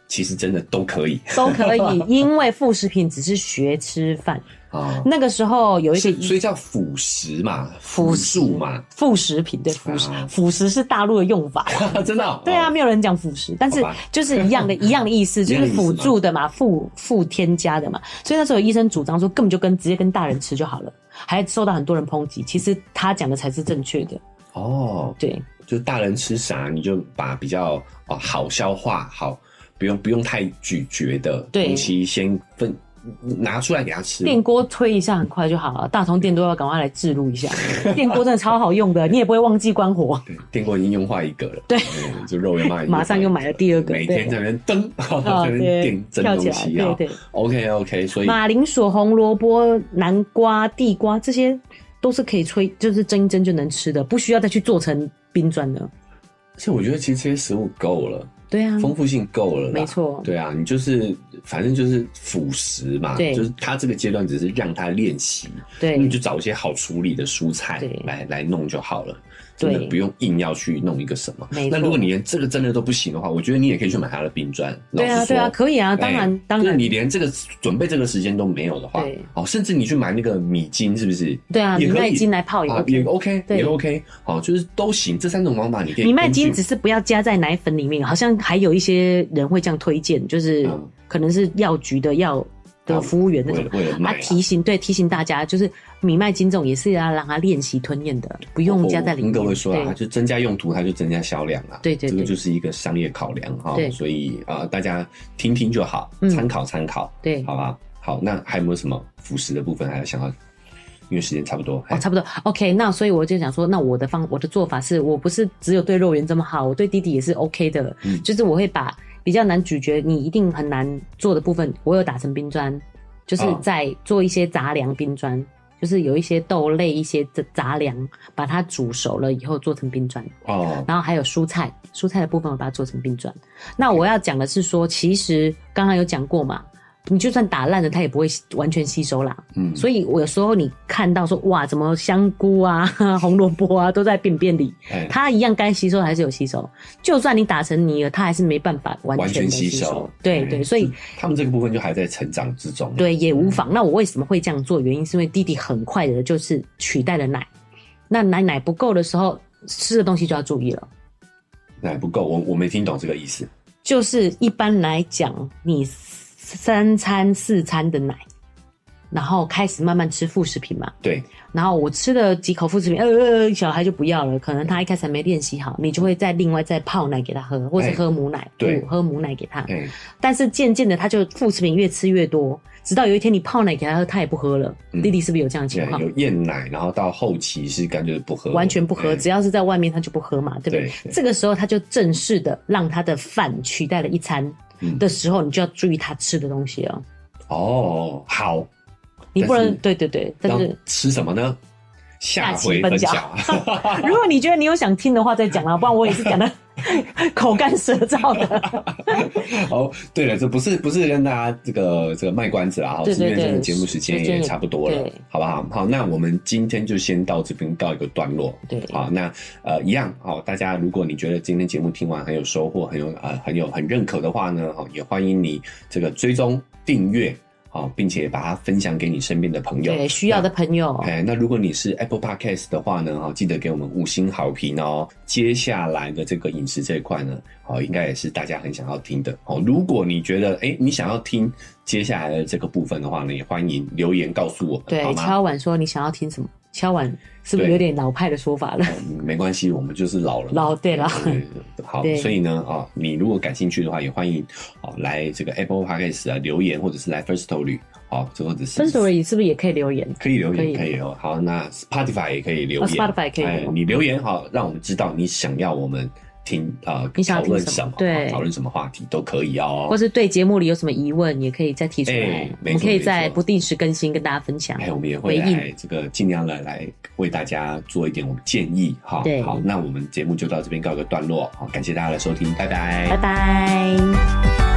B: 其实真的都可以
A: 都可以，因为副食 品只是学吃饭。
B: 啊。
A: 那个时候有一个
B: 是所以叫辅食嘛，
A: 辅
B: 辅
A: 食
B: 助嘛，
A: 副食品，对辅食
B: 啊，
A: 辅食是大陆的用法。
B: 真的哦、
A: 对啊，没有人讲辅食，但是
B: 好吧
A: 就是一样 的，一样的意思，
B: 一
A: 就
B: 样的
A: 是
B: 意思
A: 辅
B: 吗
A: 助的嘛，附附添加的嘛。所以那时候有医生主张说，根本就跟直接跟大人吃就好了，还受到很多人抨击。其实他讲的才是正确的，
B: 哦，
A: 对
B: 就大人吃啥，你就把比较哦好消化、好不用不用太咀嚼的
A: 对
B: 东西先分拿出来给他吃。
A: 电锅推一下很快就好了，大同电都要赶快来置入一 下，电锅真的超好用的，你也不会忘记关火。
B: 对，电锅已经用坏一个了，
A: 对
B: 嗯，就肉圆妈已经
A: 马上又买了第二个
B: 每
A: 对
B: 天在那边 蹬，
A: 啊
B: 在那边
A: 对
B: 电，蒸
A: 跳起
B: 东
A: 来，
B: 西啊
A: 对。对。
B: OK OK，所以
A: 马铃薯、红萝卜、南瓜、地瓜这些都是可以吹，就是蒸一蒸就能吃的，不需要再去做成冰砖的。
B: 其实我觉得其实这些食物够了，
A: 对啊，
B: 丰富性够了啦，
A: 没错
B: 对啊，你就是反正就是辅食嘛，
A: 对
B: 就是他这个阶段只是让他练习，
A: 对
B: 你就找一些好处理的蔬菜
A: 对
B: 来来弄就好了。真的
A: 对
B: 不用硬要去弄一个什么。
A: 没错
B: 那如果你连这个真的都不行的话，我觉得你也可以去买他的冰砖。
A: 对
B: 老
A: 啊，
B: 实说
A: 对啊，可以啊，
B: 哎
A: 当然，当
B: 就是
A: 然，
B: 你连这个准备这个时间都没有的话
A: 对，
B: 哦，甚至你去买那个米筋，是不是？
A: 对啊，
B: 也
A: 米
B: 可以
A: 麦筋来泡也
B: 啊，
A: OK。
B: 也 OK，
A: 对
B: 也 OK，好，就是都行，这三种方法你可以根据。
A: 米麦筋只是不要加在奶粉里面，好像还有一些人会这样推荐，就是
B: 嗯
A: 可能是药局的药的
B: 嗯
A: 服务员那
B: 为
A: 种
B: 了。为了卖
A: 啊
B: 啊，
A: 提醒对提醒大家，就是米麦筋这种也是要让它练习吞咽的，不用加在里面。
B: 哦我跟各位说
A: 对
B: 啊，就增加用途，它就增加销量啊。
A: 对对
B: 这个
A: 对
B: 就是一个商业考量哈、
A: 对
B: 所以啊、呃大家听听就好，
A: 嗯
B: 参考参考，
A: 对
B: 好吧？好，那还有没有什么辅食的部分还要想要？因为时间差不多，
A: 哦，
B: 哎
A: 差不多。OK，那所以我就想说，那我的方我的做法是我不是只有对肉圆这么好，我对弟弟也是 OK 的，
B: 嗯
A: 就是我会把比较难咀嚼、你一定很难做的部分，我有打成冰砖，就是
B: 哦
A: 在做一些杂粮冰砖，就是有一些豆类、一些杂杂粮，把它煮熟了以后做成冰砖。
B: 哦，
A: 然后还有蔬菜，蔬菜的部分我把它做成冰砖。那我要讲的是说，其实刚刚有讲过嘛，你就算打烂了，它也不会完全吸收啦。
B: 嗯，
A: 所以我有时候你看到说哇，怎么香菇啊、 红萝卜啊都在便便里，
B: 以哎，
A: 它一样该吸收的还是有吸收。就算你打成泥了，它还是没办法完
B: 完
A: 全的
B: 全吸
A: 收
B: 收。，
A: 对
B: 哎
A: 对，所以
B: 就他们这个部分就还在成长之中，
A: 对也无妨。那我为什么会这样做？原因是因为弟弟很快的就是取代了奶，那奶奶不够的时候，吃的东西就要注意了。
B: 那哎还不够，我我没听懂这个意思，
A: 就是一般来讲，你三餐四餐的奶，然后开始慢慢吃副食品嘛。
B: 对，
A: 然后我吃了几口副食品，呃呃，呃小孩就不要了，可能他一开始还没练习好，你就会再另外再泡奶给他喝，或是
B: 哎
A: 喝母奶，
B: 对
A: 嗯喝母奶给他。
B: 哎，
A: 但是渐渐的，他就副食品越吃越多，直到有一天你泡奶给他喝，他也不喝了。
B: 嗯
A: 弟弟是不是有这样的情
B: 哎
A: 况？
B: 有厌奶，然后到后期是感觉不喝，
A: 完全不喝，
B: 哎
A: 只要是在外面他就不喝嘛，对不对？
B: 对对
A: 这个时候他就正式的让他的饭取代了一餐
B: 嗯
A: 的时候，你就要注意他吃的东西了。
B: 哦，好，
A: 你不
B: 但
A: 能
B: 是
A: 对对对，但
B: 要
A: 是
B: 吃什么呢？
A: 下
B: 下回
A: 期分
B: 分
A: 享
B: 享。
A: 如果你觉得你有想听的话再讲啦，不然我也是讲的 口干舌燥 的。
B: 哦，对了，这不是不是跟大家这个这个卖关子啦，哦哈，
A: 对
B: 是因
A: 对
B: 为这个
A: 对
B: 节目时间
A: 时间
B: 也
A: 也
B: 差不多了
A: 对，
B: 好不好？好，那我们今天就先到这边告一个段落。
A: 对
B: 好，那呃一样好，大家如果你觉得今天节目听完很有收获，很有呃很有很认可的话呢，哦，也欢迎你这个追踪订阅。好，并且把它分享给你身边的朋友，
A: 对，需要的朋友，
B: 哎，那如果你是 Apple Podcast 的话呢，哈，记得给我们五星好评哦。接下来的这个饮食这一块呢，哦，应该也是大家很想要听的哦。如果你觉得哎、你想要听接下来的这个部分的话呢，也欢迎留言告诉我们，好
A: 对，
B: 吗？
A: 敲碗说你想要听什么，敲碗是不是
B: 对
A: 有点老派的说法了？
B: 嗯没关系，我们就是老了嘛，
A: 老对啦
B: 好
A: 对，
B: 所以呢，啊、你如果感兴趣的话，也欢迎啊、哦来这个 Apple Podcast 啊留言，或者是来 First Story，好、这或者是
A: s t o r y 是不是也可以留言？
B: 可以留
A: 可以
B: 言，可以哦。好，那 Spotify 也可以留言、
A: 哦，Spotify 可以
B: 哎
A: 留
B: 你留言好，让我们知道你想要我们听啊，
A: 你想
B: 讨
A: 要听
B: 论
A: 什么
B: 什么，
A: 对
B: 啊讨论什么话题都可以
A: 或
B: 哦。
A: 是对节目里有什么疑问，也可以再提出来
B: 哎，
A: 我
B: 没错
A: 们可以在
B: 没错
A: 不定时更新跟大家分享。哦
B: 哎，我们也会
A: 回应
B: 来这个尽量来来为大家做一点我们建议哈。
A: 对
B: 好，那我们节目就到这边告一个段落，好，感谢大家的收听，拜拜
A: 拜拜。